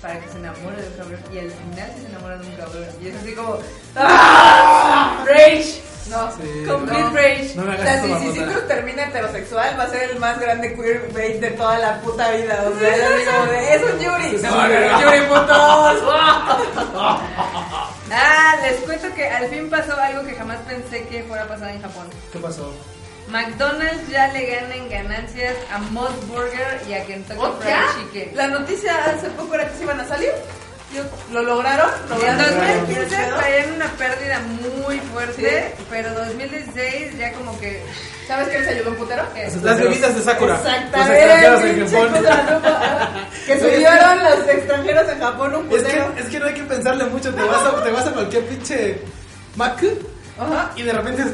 E: para que se enamore de un cabrón. Y al final sí se enamora de un cabrón. Y es así como. ¡Ah! ¡Rage! No,
D: Sí,
E: complete
D: no.
E: rage.
D: No me
A: O
D: hagas
A: sea,
D: esto,
A: si, si
D: Marmota.
A: Citrus termina heterosexual, va a ser el más grande queerbait de toda la puta vida. O sea, yo digo, de, es un Yuri. No, no, no, Yuri putos.
E: Ah, les cuento que al fin pasó algo que jamás pensé que fuera a pasar en Japón.
D: ¿Qué pasó?
E: McDonald's ya le gana en ganancias a Mod Burger y a Kentucky Fried
A: ¿Oh, ¿Ya?
E: Chicken.
A: La noticia hace poco era que se iban a salir. Yo- ¿Lo lograron?
E: En
A: ¿Lograron?
E: 2015
A: ¿Qué pedo?
E: traían una pérdida muy fuerte, pero 2016 ya como que...
A: ¿Sabes qué les ayudó un putero?
E: ¿Qué?
D: Las bebidas de Sakura. Los extranjeros en
A: Exactamente.
D: Japón.
A: chicos, la nueva-
D: [LAUGHS]
A: Que subieron los extranjeros en Japón un
D: Es
A: putero.
D: que, es que no hay que pensarle mucho, te vas a, te vas a cualquier pinche Mac
A: Ajá.
D: y de repente es,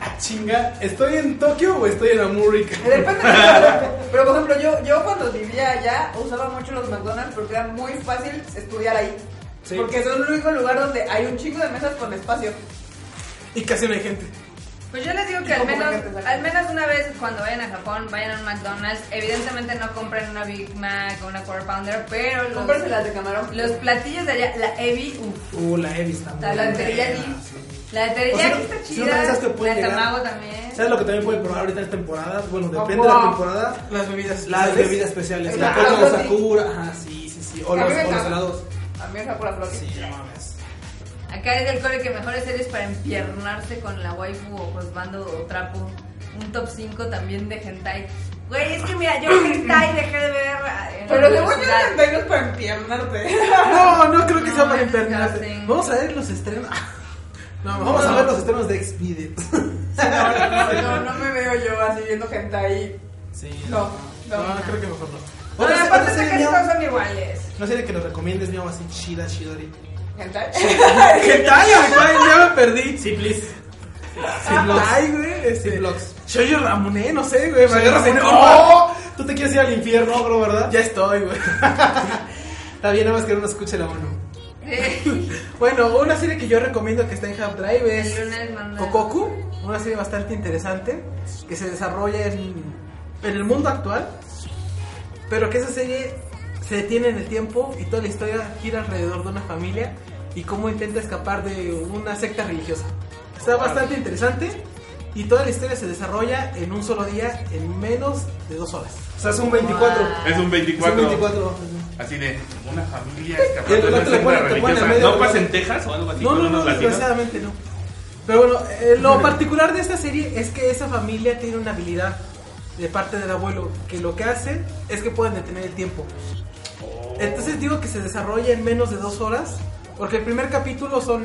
D: ah, chinga, ¿estoy en Tokio o estoy en Amurica?
A: Depende de-
D: [LAUGHS]
A: Pero por ejemplo, yo, yo cuando vivía allá usaba mucho los McDonald's porque era muy fácil estudiar ahí.
D: Sí.
A: Porque es el único lugar donde hay un chingo de mesas con espacio.
D: Y casi no hay gente.
E: Pues yo les digo
A: ¿Y
E: que al
A: cómo
E: menos,
A: manejaste esa
E: al menos una vez cuando vayan a Japón, vayan a un McDonald's, evidentemente no compren una Big Mac o una Quarter Pounder, pero los,
A: Cómprense las de camarón.
E: los platillos de allá, la Ebi, uff.
D: Uh, la Evi está muy
E: La
D: buena,
E: teriyaki.
D: sí.
E: La de teriyaki
D: O sea,
E: está
D: si no
E: chida,
D: pensás que puede
E: la de
D: llegar.
E: tamago también.
D: ¿Sabes lo que también pueden probar ahorita en temporadas? Bueno, depende de
A: Agua.
D: la temporada.
B: Las bebidas.
D: Las
B: ¿sabes?
D: bebidas especiales,
A: El
D: la
A: Sakura
D: coca de
A: Flotti.
D: Sakura, ajá, sí, sí, sí. O
A: A
D: los,
A: mí me
D: o los
A: encanta.
D: helados.
A: A mí es pura flor.
D: Sí, no mames.
E: Acá dice el core que mejores series para empiernarse con la waifu o josbando o trapo. Un top 5 también de hentai. Güey, es que mira, yo hentai dejé de ver. eh, en
A: Pero
E: la
A: según yo,
E: universidad.
A: los tengo para
D: [LAUGHS]
A: empiernarte.
D: No, no creo que
E: No,
D: sea para
E: es
D: internet.
E: disgusting.
D: Vamos a ver los estrenos. [LAUGHS] No, vamos a ver los estrenos de Xvideos.
A: No, no, no, no me veo yo así viendo gente ahí.
D: Sí.
A: No, no,
D: no,
A: no.
D: creo que mejor no.
A: No,
D: Otra,
A: aparte
D: otra
A: sé
D: serie,
A: que
D: Miau.
A: todos son iguales.
D: Una serie que nos recomiendes, Miau, así chida, chida ahorita.
A: ¿Hentai?
D: ¿Qué tal? Ay, güey, Ya me perdí. Sí, please. Sin blogs.
B: Ay, güey,
D: Sin
B: este.
D: blogs.
B: Shoujo Ramune, no sé, güey. Me agarras en.
D: ¡Oh! Tú te quieres ir al infierno, bro, ¿verdad?
B: Ya estoy, güey.
D: Está bien, nada más que no nos escuche la mano.
B: Bueno, una serie que yo recomiendo que está en Hub
D: [LAUGHS]
B: Drive
E: El
B: es
E: lunes manda.
B: Kokoku, una serie bastante interesante que se desarrolla en, en el mundo actual, pero que esa serie se detiene en el tiempo y toda la historia gira alrededor de una familia y cómo intenta escapar de una secta religiosa. Está bastante interesante y toda la historia se desarrolla en un solo día, en menos de dos horas.
D: O sea, es un 24.
E: Wow.
F: Es un
D: Es un
F: 24.
D: 24.
F: Así de una familia
D: Y el
F: escapando de
D: otro
F: una
D: le
F: secta
D: pone- te pone en
F: religiosa.
D: medio
F: ¿No
D: de-
F: pasen Texas o algo así?
B: No,
F: con
B: no,
F: unos
B: no,
F: latinos?
B: desgraciadamente no. Pero bueno, eh, lo particular de esta serie es que esa familia tiene una habilidad de parte del abuelo que lo que hace es que pueden detener el tiempo. Entonces digo que se desarrolla en menos de dos horas, porque el primer capítulo son,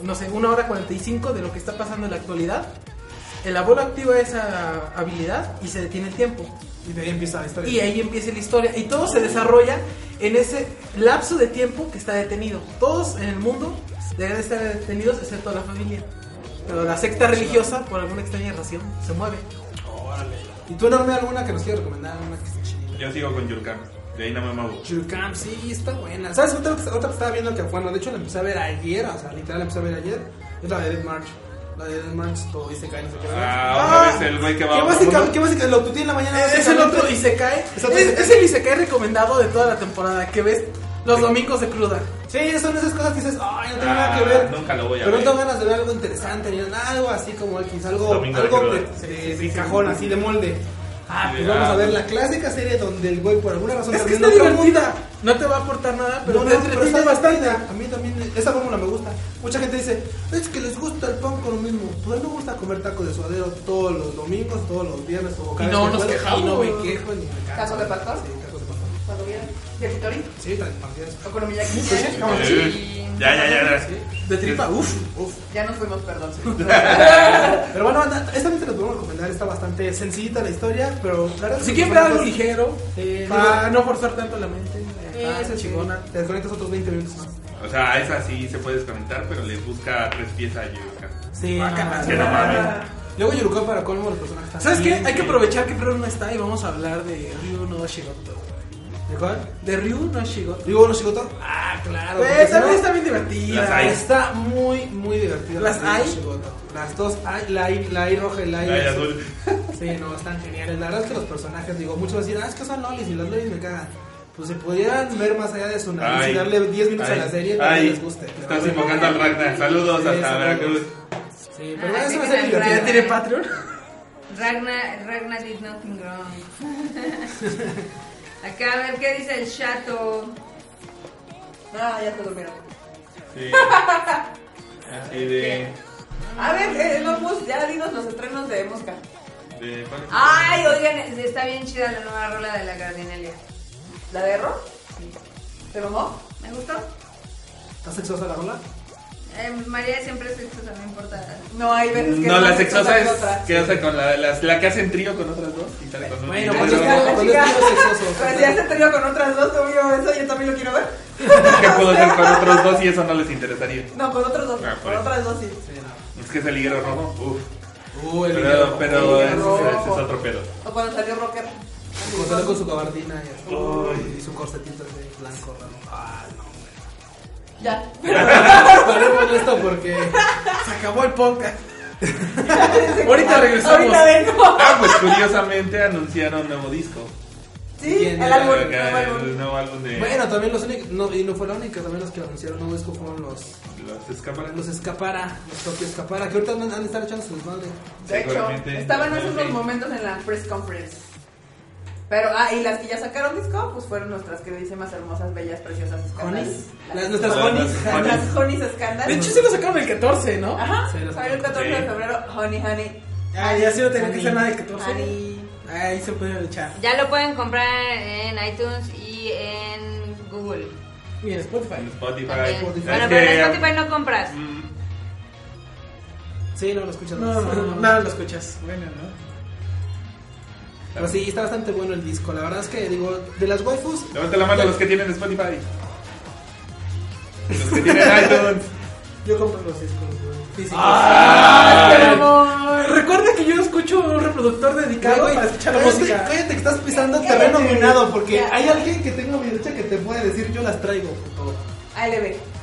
B: no sé, una hora 45 de lo que está pasando en la actualidad. El abuelo activa esa habilidad y se detiene el tiempo.
D: Y de ahí empieza la historia.
B: Y ahí empieza la historia. Y todo se desarrolla en ese lapso de tiempo que está detenido. Todos en el mundo deben estar detenidos, excepto la familia. Pero la secta religiosa, por alguna extraña razón, se mueve.
D: ¿Y tú, Norme, alguna que nos quieras recomendar? Alguna que esté chida.
F: Yo sigo con Yurkan. De ahí no me muevo.
D: Chulcam, sí, está buena. ¿Sabes? Otra, otra que estaba viendo que, bueno, de hecho la empecé a ver ayer, o sea, literal la empecé a ver ayer, es la de Dead March. La de Dead March, todo dice que no sé qué.
F: Ah, otra vez el güey que va
D: ¿Qué
F: a-
D: básicamente, ¿Qué básicamente? Lo tuteé en la mañana.
B: Es el
D: básicamente.
B: Eh, otro Isekai.
D: Es
B: Es,
D: otro Isekai.
B: es el Isekai recomendado de toda la temporada que ves los domingos de cruda.
D: Sí, son esas cosas que dices, ay, no tengo
F: Ah,
D: nada que ver.
F: nunca lo voy a
D: Pero
F: ver.
D: no tengo ganas de ver algo interesante, ni nada, algo así como X, algo,
F: Domingo de
D: algo de,
F: cruda.
D: de- de cajón, así de molde. Ah, pues vamos a ver la clásica serie donde el güey por alguna razón
B: Es que
D: terminó
B: está
D: en otro
B: divertida.
D: mundo.
B: No te va a aportar nada, pero
D: No, no,
B: te
D: pero
B: entretiene
D: está
B: bastante.
D: bastante. A mí también esa fórmula me gusta. Mucha gente dice, es que les gusta el pan con lo mismo. Pues a mí me gusta comer tacos de suadero todos los domingos, todos los viernes o cada
B: Y no
D: vez que
B: nos
D: puedo".
B: quejamos.
D: Y no me quejo ni me canso.
A: ¿Tacos de pastor?
D: Sí, tacos de pastor.
A: Cuando vieron. Yakitori,
D: Sí, tacos de pastor.
A: Okonomiyaki.
F: Eh, Ya, ya, ya. ya.
B: De tripa, uff.
D: Uf.
A: Ya nos fuimos, perdón. [LAUGHS]
D: Pero bueno, anda, esta también te la podemos recomendar, está bastante sencillita la historia, pero la verdad
B: Si quieren ver algo ligero,
D: Eh,
B: para
D: digo-
B: no forzar tanto la mente, eh, esa
D: Ah, esa chingona. Te desconectas otros 20 minutos más.
F: O sea, esa sí se puede desconectar, pero le busca tres piezas a Yurkan.
D: Sí,
F: es que no mames.
D: Luego Yuruko para colmo los personajes están
B: ¿Sabes qué?
D: bien,
B: Hay que
D: bien.
B: aprovechar que Ryu no está y vamos a hablar de Ryu no Shigoto.
D: ¿De cuál?
B: ¿De Ryu no Shigoto?
D: ¿Digo uno Shigoto? Ah, claro.
B: Güey,
D: porque si
B: también
D: no-
B: está bien
F: Las
B: divertida.
F: hay.
D: Está muy, muy divertida.
B: ¿Las
D: la de
B: hay?
D: Shigoto. Las dos hay, la hay, la hay roja y la hay.
F: Ay,
D: azul.
F: azul.
D: Sí, no, están geniales. La verdad es que los personajes, digo, muchos decir, ah, es que son lolis y las lolis me cagan. Pues si pudieran ver más allá de su nariz
F: Ay.
D: y darle 10 minutos
F: Ay,
D: a la serie, tal vez
F: ay,
D: les guste. Pero
F: Estás
D: bueno.
F: invocando al Ragnar. Saludos
D: Sí,
F: hasta
D: saludos.
F: Veracruz.
D: Sí, pero bueno,
E: Ah,
D: es
E: sí
D: una
E: que
D: serie
E: me
D: divertida.
B: ¿Ya tiene Patreon? [LAUGHS]
E: Ragna, Ragna did nothing wrong. [LAUGHS] Acá a ver qué dice el chato.
A: Ah, ya se durmieron.
F: Sí. Así de.
A: A ver, eh, vamos, ya dinos los estrenos de Mosca.
F: de ¿cuál es?
E: Ay, oigan, está bien chida la nueva rola de la Gardinelia.
A: ¿La de Erro? ¿Te mamó?
E: ¿Me gustó?
D: ¿Está sexosa la rola?
E: Eh, María siempre es sexosa, no importa.
A: No, hay veces que
F: No,
A: es
F: la
A: más
F: sexosa es.
A: otra.
F: ¿Qué hace con la, las- la que hacen trío con otras dos? Y sale con un-
D: Bueno,
F: y
D: pues,
F: luego-
D: está-
A: La
D: Cuando
A: chica-
D: es trío sexoso.
A: Pero si ya se tenido con otras dos, obvio, eso yo también lo quiero ver.
F: ¿Qué puedo hacer con otros dos y eso no les interesaría?
A: No, con otros dos.
F: Ah, por
A: con
F: eso.
A: otras dos sí.
D: Sí,
F: Es que es el higuero rojo. Uf.
D: no. Uh, el
F: Pero,
D: video.
F: pero
A: el
F: ese,
A: rojo.
F: ese es otro pedo.
A: O cuando salió Rocker.
D: Como salió con su gabardina y, así,
F: Uy.
D: y su corsetito de blanco raro. [LAUGHS] Ah, no, güey.
A: Ya.
D: Paremos esto porque se acabó el podcast.
B: Ahorita regresamos.
A: Ahorita vengo.
F: Ah, pues curiosamente anunciaron un nuevo disco.
A: Sí,
D: Bien,
A: el
D: ya,
A: álbum.
F: Acá
A: El
F: el
A: álbum.
F: nuevo álbum de
D: Bueno, también los únicos, no, y no fue la única, también los que anunciaron nuevo disco fueron los
F: los escámaras.
D: Los escapara, los propios escapara, que ahorita han, han de estar echando su desmadre.
A: De hecho,
F: seguramente.
A: estaban hace unos
F: Sí.
A: momentos en la press conference. Pero, ah, y las que ya sacaron disco, pues fueron nuestras que dicen más hermosas, bellas, preciosas,
D: Jonis.
A: escándalas.
D: Las,
A: Las-
D: nuestras
F: Las-
D: Jonis.
F: las-
A: Las,
F: Jonis.
A: las Jonis escándalas.
B: De hecho, sí lo sacaron el 14, ¿no?
A: Ajá,
D: Sí, las-
A: salió el 14
F: sí.
A: de febrero, Honey Honey.
B: Ah, ya sí no tenía que
D: Ani,
B: ser nada de 14.
A: Honey.
B: Ahí se puede luchar.
E: Ya lo pueden comprar en iTunes y en Google.
B: Y en Spotify.
F: En Spotify.
E: También.
F: Es
E: Bueno,
F: que-
E: pero en Spotify no
F: [LAUGHS]
E: compras.
F: Mm,
D: Sí, no lo escuchas.
B: No, no, no, nada lo escuchas. Bueno, ¿no?
D: Pero sí, está bastante bueno el disco. La verdad es que, digo, de las waifus.
F: Levanta la mano los que tienen Spotify. Los que
E: [LAUGHS]
F: tienen iTunes.
D: Yo compro los discos, güey.
F: Ah,
D: Físicos.
B: Recuerda que yo escucho un reproductor dedicado
D: Güey,
B: para escuchar la
D: cállate,
B: música.
D: Cállate que estás pisando terreno minado porque hay alguien que tengo a mi derecha que te puede decir yo las traigo, puto.
A: ALB.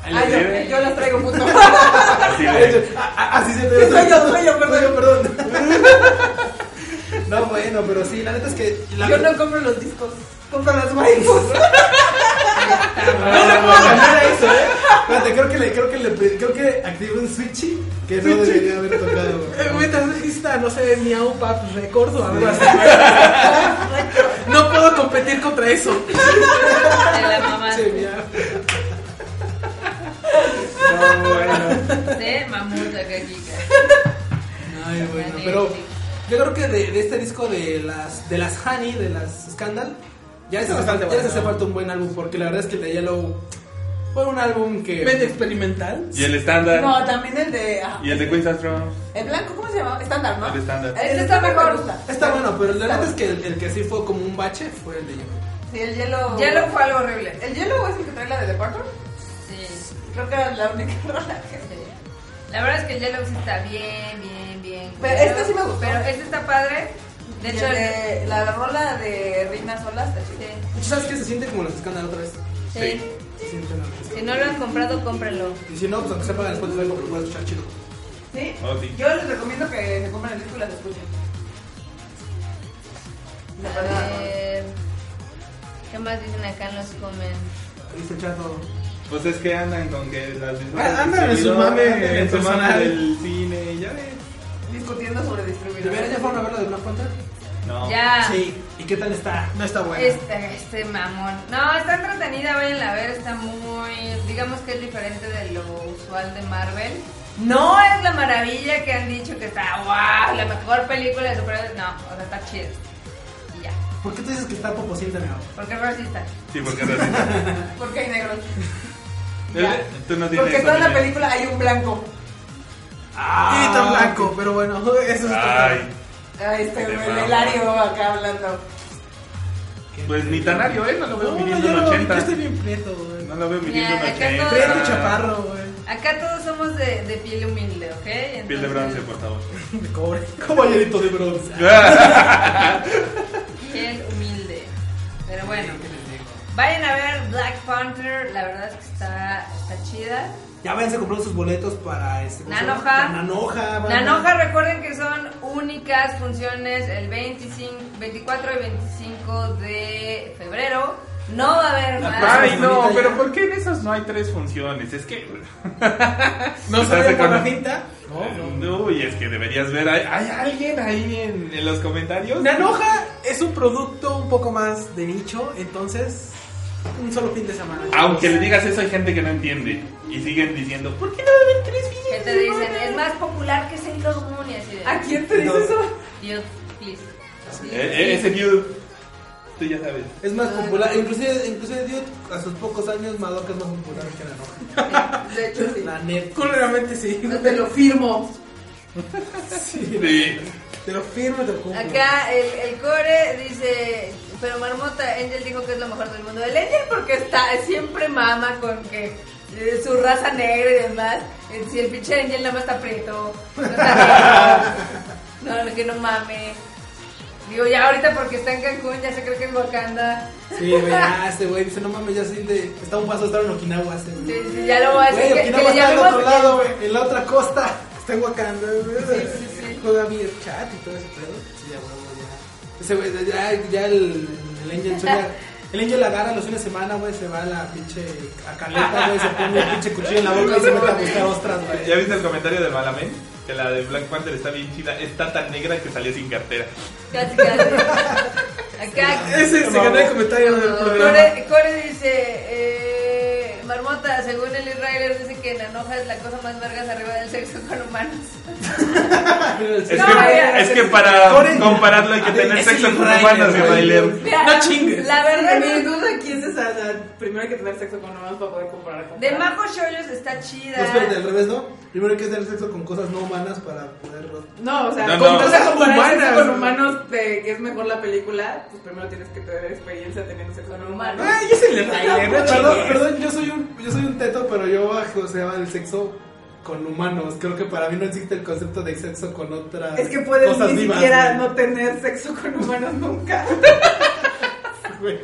F: ALB.
A: Ah, yo, yo las traigo
F: [LAUGHS]
A: puto.
F: Así de.
D: A- a- ah, Así se
B: Ah, Sí,
D: te
B: soy yo, soy yo, perdón.
D: Soy yo, perdón. [LAUGHS] No, bueno, pero sí, la neta es que la Ah,
A: Yo no compro los discos.
D: compro las waifus.
F: [LAUGHS]
D: No le puedo ganar a eso, eh. Espérate, creo que le, creo que le pedí- creo que activé un switchy que no debería haber tocado.
B: [LAUGHS] Eh,
D: güey.
B: güey, tal vez exista, no sé, Miau Pap Records o algo así. No puedo competir contra eso.
E: De la mamá.
D: Sí, mira.
F: No, bueno.
E: De mamuta, caquica.
D: Ay, bueno, pero yo creo que de, de este disco de las de las Honey, de las Scandal, ya les,
B: Está bastante
D: ya les
B: bueno.
D: hace falta un buen álbum, porque la verdad es que el de Yellow fue un álbum que...
B: ¿Ven experimental?
F: Y el estándar.
A: No, también el de. ah,
F: Y el de Queen's Astro.
A: el blanco, ¿cómo se llama? Estándar, ¿no?
F: El estándar.
A: Ese está mejor.
D: Está bueno, pero la
A: Está
D: verdad es que el, el que sí fue como un bache fue el de Yellow.
A: Sí, el hielo.
E: Yellow fue algo horrible.
A: ¿El hielo es el que trae la de Departure?
E: Sí.
A: Creo que era la única [LAUGHS] rola que.
E: La verdad es que el Yellow sí está bien, bien, bien.
A: Pero este sí me gustó.
E: Pero este está padre. De
A: Y
E: hecho,
A: el
E: el-
A: de- la rola de Reina Sola está chida.
D: ¿Sabes qué? Se siente como los Scandal otra vez.
E: sí.
F: Sí.
D: Se siente una vez.
E: Si no lo han comprado, cómpralo.
D: Y si no, pues aunque sepa después de algo, lo puedes escuchar chido.
A: ¿Sí?
F: Oh, sí.
A: Yo les recomiendo que se compren el disco y las escuchen. La
E: A
A: verdad.
E: ver, Eh, ¿Qué más dicen acá en los comments?
D: Dice Chato.
F: Pues es que andan con que las
D: Ah, andan en su mame
F: andan en su mame
D: personal.
F: del cine. y Ya ves.
A: Discutiendo sobre distribuidores.
D: ¿Deberían ya fueron a ver la de Black Panther?
F: No.
E: Ya.
D: Sí. ¿Y qué tal está?
B: Ah. No está bueno.
E: Este, este mamón. No, está entretenida, váyanla a ver, está muy... Digamos que es diferente de lo usual de Marvel. No es la maravilla que han dicho que está, wow, la mejor película de superhéroes. No, o sea, está chida. Y ya.
D: ¿Por qué tú dices que está poposita, mi amor?
E: Porque es racista.
F: Sí, porque en
E: [LAUGHS]
F: realidad-
A: Porque hay negros.
F: Él- Tú no tienes.
A: Porque toda la
F: familia.
A: película hay un blanco.
B: Y
D: Ah,
B: tan blanco, pero bueno, [LAUGHS] eso es
F: Ay.
A: Ah, este
F: Te
A: el
F: mamo.
A: Hilario acá hablando.
F: Pues ni tanario, ¿eh? No lo veo
B: No,
F: midiendo
B: yo,
F: en
B: no, yo
F: 80.
B: estoy bien prieto, güey.
F: No lo veo midiendo en
E: Ya, acá
F: 80.
E: no.
B: Prieto y chaparro, güey.
E: Acá todos somos de, de piel humilde, ¿ok?
F: Piel de
E: Entonces-
F: bronce, por favor.
B: De cobre.
D: Caballerito de bronce.
F: pues.
E: Piel humilde. Pero bueno. Vayan a ver Black Panther, la verdad es que está, está chida.
D: Ya váyanse a comprar sus boletos para este. ¿cómo se llama?
E: Nanoja.
D: La Nanoja. van a-
E: Nanoja, recuerden que son únicas funciones el 25, 24 y 25 de febrero. No va a haber más.
F: Ay, no,
D: Bonita ya.
F: pero ¿por qué en esas no hay tres funciones? Es que. [LAUGHS]
D: No
F: Estás
D: sabía
F: de
D: por la
F: acuerdo.
D: finta.
F: No, y es que deberías ver. ¿Hay, hay alguien ahí en, en los comentarios?
B: Nanoja es un producto un poco más de nicho, entonces un solo fin de semana.
F: Aunque le digas eso, hay gente que no entiende. Y siguen diciendo, ¿por qué no va a haber tres fines?
E: Que te dicen, es más popular que Sailor Moon y así de.
A: ¿A quién te dice eso?
E: Dios, please.
F: Eh, eh, ese dude. Tú ya sabes.
D: Es más
E: Ah,
D: popular. Inclusive, inclusive Dude, a sus pocos años, Madoka es más popular que Nanoja.
E: [LAUGHS]
A: De hecho, sí.
D: La neta.
B: Culeramente sí.
A: No te lo firmo.
F: Sí.
B: Te lo firmo, te lo
E: [LAUGHS]
B: cumplo.
E: Acá el, el core dice, pero Marmota, Angel dijo que es lo mejor del mundo. El Angel porque está, siempre mama con que eh, su raza negra y demás. Eh, Si el pinche Angel nada más está preto, no
D: [LAUGHS]
E: está negro, no, que no mame. Digo, ya ahorita porque está en Cancún, ya se cree que es Wakanda.
D: Sí, güey. Ah, este güey dice: No mames, ya sí de. Está un paso de estar en Okinawa. Este,
E: Sí,
D: güey.
E: sí, ya lo voy a decir.
D: Güey,
E: Pues, que- que, le
D: Okinawa está al otro
E: llamemos-
D: lado, güey. En la otra costa. Está en Wakanda, güey.
E: Sí, sí, sí.
D: Juega video chat y todo ese pedo. Sí, ya, huevo, ya. Ese güey, ya, ya el, el Angel suena. El Angel agarra los fines de semana, güey, se va a la pinche a caleta, güey, se pone el pinche cuchillo en la boca y se mete a buscar ostras, güey.
F: ¿Ya viste el comentario de Malamén? Que la de Black Panther está bien chida. Está tan negra que salió sin cartera.
E: Casi,
D: [LAUGHS]
E: casi. Acá.
B: Ese se ganó el comentario del programa.
E: Core, Core dice, eh, Marmota, según el Israeler, dice que Nanoja es la cosa más vergas arriba del sexo con humanos.
D: [LAUGHS] Ah,
F: Es,
E: No,
F: que,
E: mira.
F: es que para
B: Core-
F: compararlo hay que tener
B: Es
F: sexo con
B: Israel,
F: humanos,
B: güey.
F: Israeler.
E: Mira,
B: No chingues.
E: La verdad
A: También
E: es
A: duda quién se sana. primero hay que tener sexo con humanos para poder comprar a comprar.
E: De Majo Shoyos está
D: No, Pues, espérate, al
E: chida.
D: revés, ¿no? Primero hay que hacer sexo con cosas no humanas para poderlo.
A: No, o sea,
F: No,
A: no,
F: no.
A: a comparar
B: Humanas.
A: sexo con humanos de que es mejor la película, pues primero tienes que tener experiencia teniendo sexo con humanos.
E: Ay,
B: yo soy
D: Perdón, perdón, yo soy un, yo soy un teto, pero yo bajo, se llama el sexo con humanos. Creo que para mí no existe el concepto de sexo con otras
A: Es que puedes
D: cosas
A: ni
D: vivas,
A: siquiera
D: güey.
A: no tener sexo con humanos nunca.
D: [LAUGHS] Güey,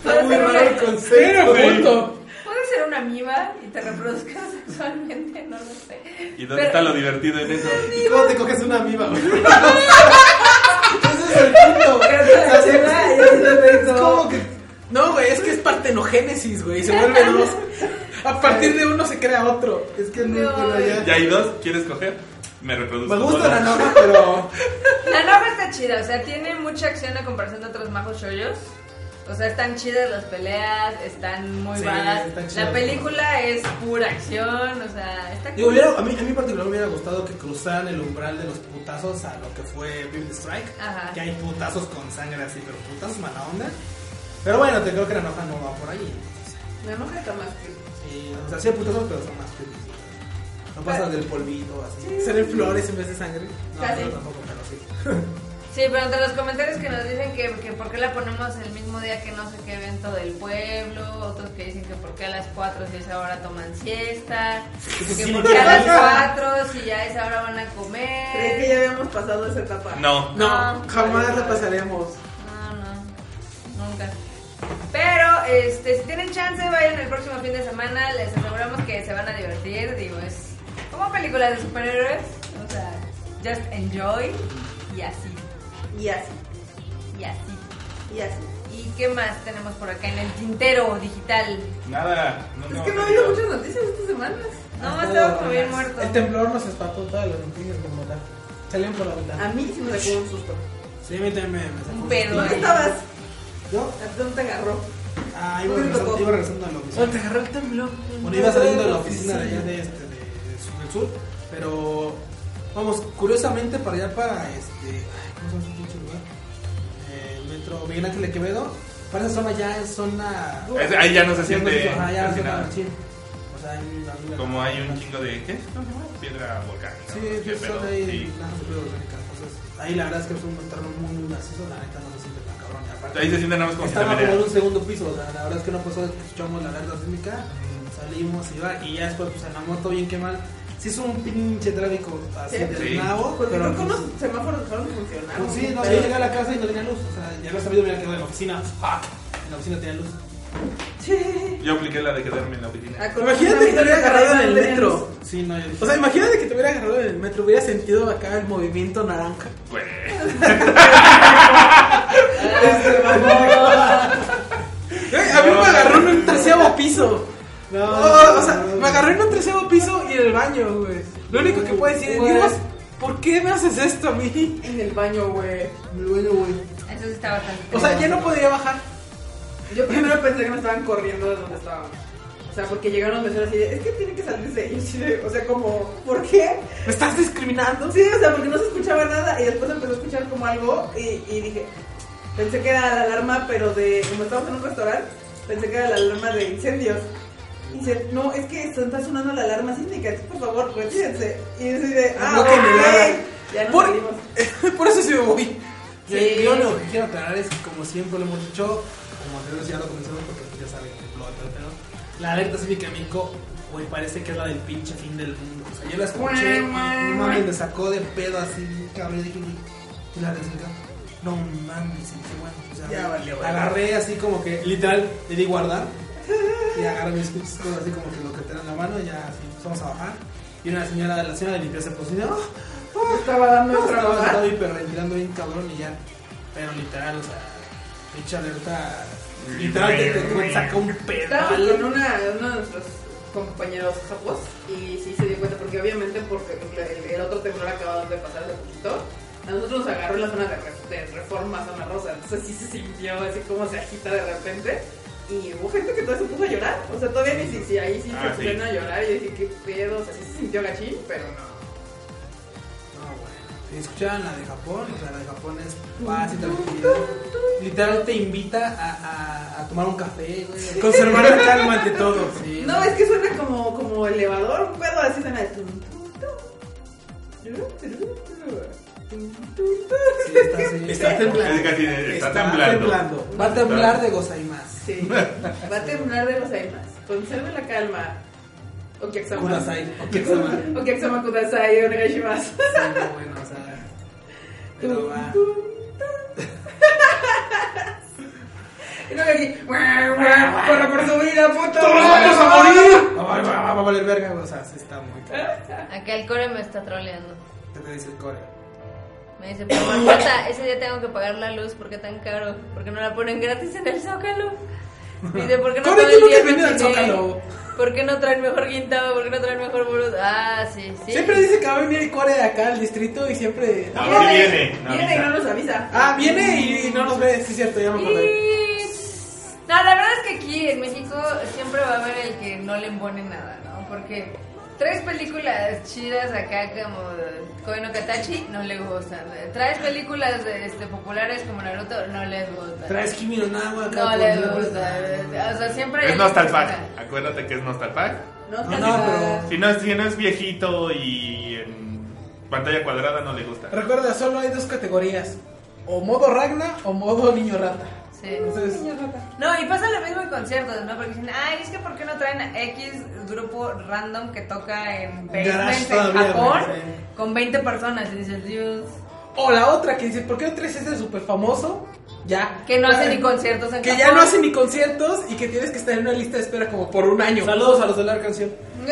E: Puede
D: Está
E: ser
D: muy
E: una-
D: raro el concepto.
E: Puedes ser una mima y te reproduzcas [LAUGHS] sexualmente, no lo sé.
F: ¿Y dónde
E: Pero-
F: está lo divertido en eso?
D: ¿Y cómo te coges una
A: [LAUGHS]
D: amiba, güey? Ese es el punto. güey. O sea, sí, es como que
B: No, güey, es que es partenogénesis, güey. Se
E: [LAUGHS]
B: vuelve dos. A partir de uno se crea otro.
D: es que no,
E: No.
D: bueno, ya.
F: Ya hay dos, ¿quieres coger? Me reproduzco.
D: Me gusta
F: solo.
D: la nota, pero
E: La nova está chida, o sea, tiene mucha acción a comparación de otros majos shoyos. O sea, están chidas las peleas, están muy
D: Sí,
E: badas.
D: están chidas.
E: La película es pura acción, o sea, está
D: Digo, hubiera- a mí a mí en particular me hubiera gustado que cruzaran el umbral de los putazos a lo que fue Bill Strike,
E: Ajá.
D: que hay putazos con sangre así, pero putazos mala onda. Pero bueno, te creo que la nota no va por ahí.
A: Me enoja está más que.
D: Sí, o sea, sí hay putazos, pero son más felices. No pasa del polvito así.
B: Salen flores en vez de sangre.
D: No,
E: Casi.
D: no, tampoco, pero sí.
E: Sí, pero entre los comentarios que nos dicen que, que por qué la ponemos el mismo día que no sé qué evento del pueblo, otros que dicen que por qué a las 4 si a esa hora toman siesta, que por qué a las 4 si ya a esa hora van a
A: Creí que ya
E: comer.
A: habíamos pasado esa etapa.
F: No.
B: No,
E: Ah,
B: jamás
E: vale.
B: la pasaremos.
E: No, no, nunca. Pero este, si tienen chance, vayan el próximo fin de semana, les aseguramos que se van a divertir, digo, es como películas de superhéroes, o sea, just enjoy y así,
A: Y así,
E: y así.
A: y así.
E: ¿Y qué más tenemos por acá en el tintero digital?
F: Nada. No,
A: Es
F: no,
A: que no ha
F: no.
A: habido muchas noticias estas semanas.
E: No,
D: Todo
E: estaba como
D: con
E: bien
D: las-
E: muerto.
D: El temblor nos espantó todas las noticias como tal. Salían por la
A: A
E: Ah.
D: ventana.
A: mí sí me sacó un susto.
D: Sí, a mí también me, me sacó
E: Un
D: un
E: pedo. ¿eh?
A: ¿Dónde
D: susto.
A: estabas?
D: ¿Yo?
A: ¿A ti ¿Dónde te agarró?
D: Ah,
A: ¿Tú
D: iba
A: qué te
D: regresando,
A: tocó?
D: iba regresando a la oficina.
B: Ah, te agarró el temblor.
D: Bueno, iba saliendo de la oficina de allá de este, de, de Sur del Sur, pero vamos, curiosamente para allá para este, ay, ¿cómo se llama ese pinche lugar? Eh, El metro Miguel Ángel de Quevedo, para esa zona ya es zona...
F: Es- ahí ya no se siente
D: Ajá, ya
F: casi
D: zona
F: nada.
D: sí. O sea, en- a mí me-
F: Como hay un chingo de. ¿Qué? ¿Cómo se llama? Piedra volcánica.
D: Sí,
F: ¿no? ¿Qué
D: pues,
F: pedo?
D: son ahí
F: Sí.
D: las piedras volcánicas, entonces, ahí la verdad es que fue un terreno muy muy macizo, la neta no se siente tan cabrón, y aparte...
F: Ahí se siente nada más como si te
D: Estaba como en
F: veneran.
D: un segundo piso, o sea, la verdad es que no pasó, escuchamos la alerta sísmica, salimos y va, y ya después pues en la moto bien que mal. Sí es un pinche tráfico así
A: Sí.
D: del
F: Sí.
D: nabo,
A: Porque
D: pero
A: creo que unos semáforos dejaron de funcionar.
D: pues, sí, no, yo
A: Pero-
D: llegué a la casa y no tenía luz, o sea, ya lo sabido me había quedado en la oficina. ¡Ah! En la oficina tenía luz.
A: Sí.
F: Yo apliqué la de quedarme en la
D: Ah.
F: oficina.
B: Imagínate que te hubiera agarrado en el metro.
D: Sí, no, yo dije,
B: O sea, imagínate que te hubiera agarrado en el metro. Hubiera sentido acá el movimiento naranja.
F: Güey.
B: Güey, Eh, a mí me agarró en un treceavo piso.
D: no,
B: Oh, [LAUGHS] o sea,
D: no,
B: me agarró en un treceavo piso y en el baño, güey. Lo único que puedo decir es,
D: Güey.
B: Dios, ¿por qué me haces esto a mí?
A: En el baño, güey.
D: Muy bueno, güey.
E: Eso sí está bastante.
B: O sea, ya no podría bajar.
A: Yo primero pensé que me estaban corriendo de donde estábamos. O sea, porque llegaron los meseros así de, es que tienen que salirse. [LAUGHS] Y yo así de, o sea, como, ¿por qué?
B: ¿Me estás discriminando?
A: Sí, o sea, porque no se escuchaba nada y después empezó a escuchar como algo y, y dije, pensé que era la alarma, pero de, como estábamos en un restaurante, pensé que era la alarma de incendios. Y dice, no, es que está está sonando la alarma sísmica, entonces, por favor, retírate. Y yo así de, ah,
B: No, que me
A: ok,
B: agarra.
A: ya nos
B: Por-
A: salimos.
B: Por eso sí me moví.
D: Yo-
A: Sí.
D: Eh, Yo lo que quiero aclarar es que, como siempre lo hemos dicho, como anteriores ya lo comenzamos porque ya saben que explota el pedo. La alerta sísmica en México, güey, parece que es la del pinche fin del mundo. O sea, yo la escuché, no mames, me sacó de pedo así, cabrón. Dije, güey, ¿y la alerta sísmica? No mames, y dije, bueno, o sea,
A: Ya valió, güey.
D: agarré así como que, literal, le di guardar y agarré mis pinches cosas así como que lo que tenía en la mano y ya así, pues, vamos a bajar. Y una señora, la señora de limpieza, pues, y, "Ah,
A: Yo estaba dando
D: no,
A: otra
D: estaba
A: mamá.
D: sentado ahí, pero ventilando bien cabrón y ya. Pero literal, o sea, pinche alerta. Literal, te, te saca un
A: Estábamos
D: pedal.
A: con una, uno de nuestros compañeros japos y sí se dio cuenta, porque obviamente porque el, el otro temblor acabado de pasar hace poquito, a nosotros nos agarró en la zona de, re- de reforma, zona rosa, entonces sí se sintió así como se agita de repente y hubo gente que todavía se puso a llorar, o sea, todavía ni si, si ahí sí
F: Ah,
A: se
F: sí.
A: pusieron a llorar y yo dije, qué pedo, o sea, sí se sintió gachín, pero no.
D: No, güey. Si escucharon la de Japón, pues la de Japón es paz y tranquilidad. Literal te invita a, a- a tomar un café, güey.
B: Conservar la calma ante todo.
D: Sí,
A: No, es que suena como, como elevador, un pedo así suena de tum, tum, tum. Tum, tum, tum.
D: sí, está
B: Está
D: así.
B: temblando.
F: Es que así de- está temblando.
D: Va a temblar de goza y más.
A: Sí, va a temblar de los aimas. Conserve la calma. Okiaksama.
D: Kudasai.
A: Okiaksama. Okiaksama kudasai, onegaishimasu.
D: Sí, bueno, o sea. Pero va.
A: [LAUGHS] Y luego aquí, guau, guau, corre por su vida, puto.
D: Va, va, va, va, va a valer verga, o sea, sí está muy claro.
E: Acá el core me está troleando.
D: ¿Qué te dice el core?
E: Me dice, pero Marcota, ese día tengo que pagar la luz, ¿por qué tan caro? ¿Por qué no la ponen gratis en el Zócalo? Me dice, ¿por qué no
D: Core,
E: todo
D: tú
E: el
D: nunca
E: día
D: has venido
E: me
D: al
E: tiene?
D: Zócalo.
E: ¿Por qué no traen mejor guintado? ¿Por qué no traen mejor buruz? Ah, sí, sí.
D: Siempre dice que va a venir el core de acá al distrito y siempre.
F: No, sí viene, no
A: Viene y
F: avisa.
A: no nos avisa.
D: Ah, viene y, y no nos ve, sí es cierto, ya me acordé.
E: Y- No, la verdad es que aquí en México siempre va a haber el que no le impone nada, ¿no? Porque tres películas chidas acá como Koe no Katachi no le gustan. Tres películas este, populares como Naruto no les gustan.
D: Traes Kimi no Nawa acá.
E: No
D: por
E: le
D: Dios.
E: gusta. O sea, siempre. hay
F: Es
E: alguien
F: Nostalpack.
E: que le gusta.
F: Acuérdate que es Nostalpack.
A: No,
D: No,
A: te
D: no,
A: avisa.
D: pero-
F: Si no, es- si no es viejito y en pantalla cuadrada no le gusta.
D: Recuerda, solo hay dos categorías: o modo Ragna o modo niño rata.
E: Sí.
D: Entonces,
E: No, y pasa lo mismo en conciertos, ¿no? Porque dicen, ay, es que ¿por qué no traen a X grupo random que toca en basement en
D: todavía,
E: Japón
D: güey, sí.
E: con 20 personas? Y dices, Dios,
D: o la otra que dice: ¿Por qué no traes ese súper famoso? Ya.
E: que no hacen ni conciertos en
D: Que
E: Japón.
D: ya no
E: [LAUGHS]
D: hace ni conciertos y que tienes que estar en una lista de espera como por un año. Saludos a los de la canción. [LAUGHS]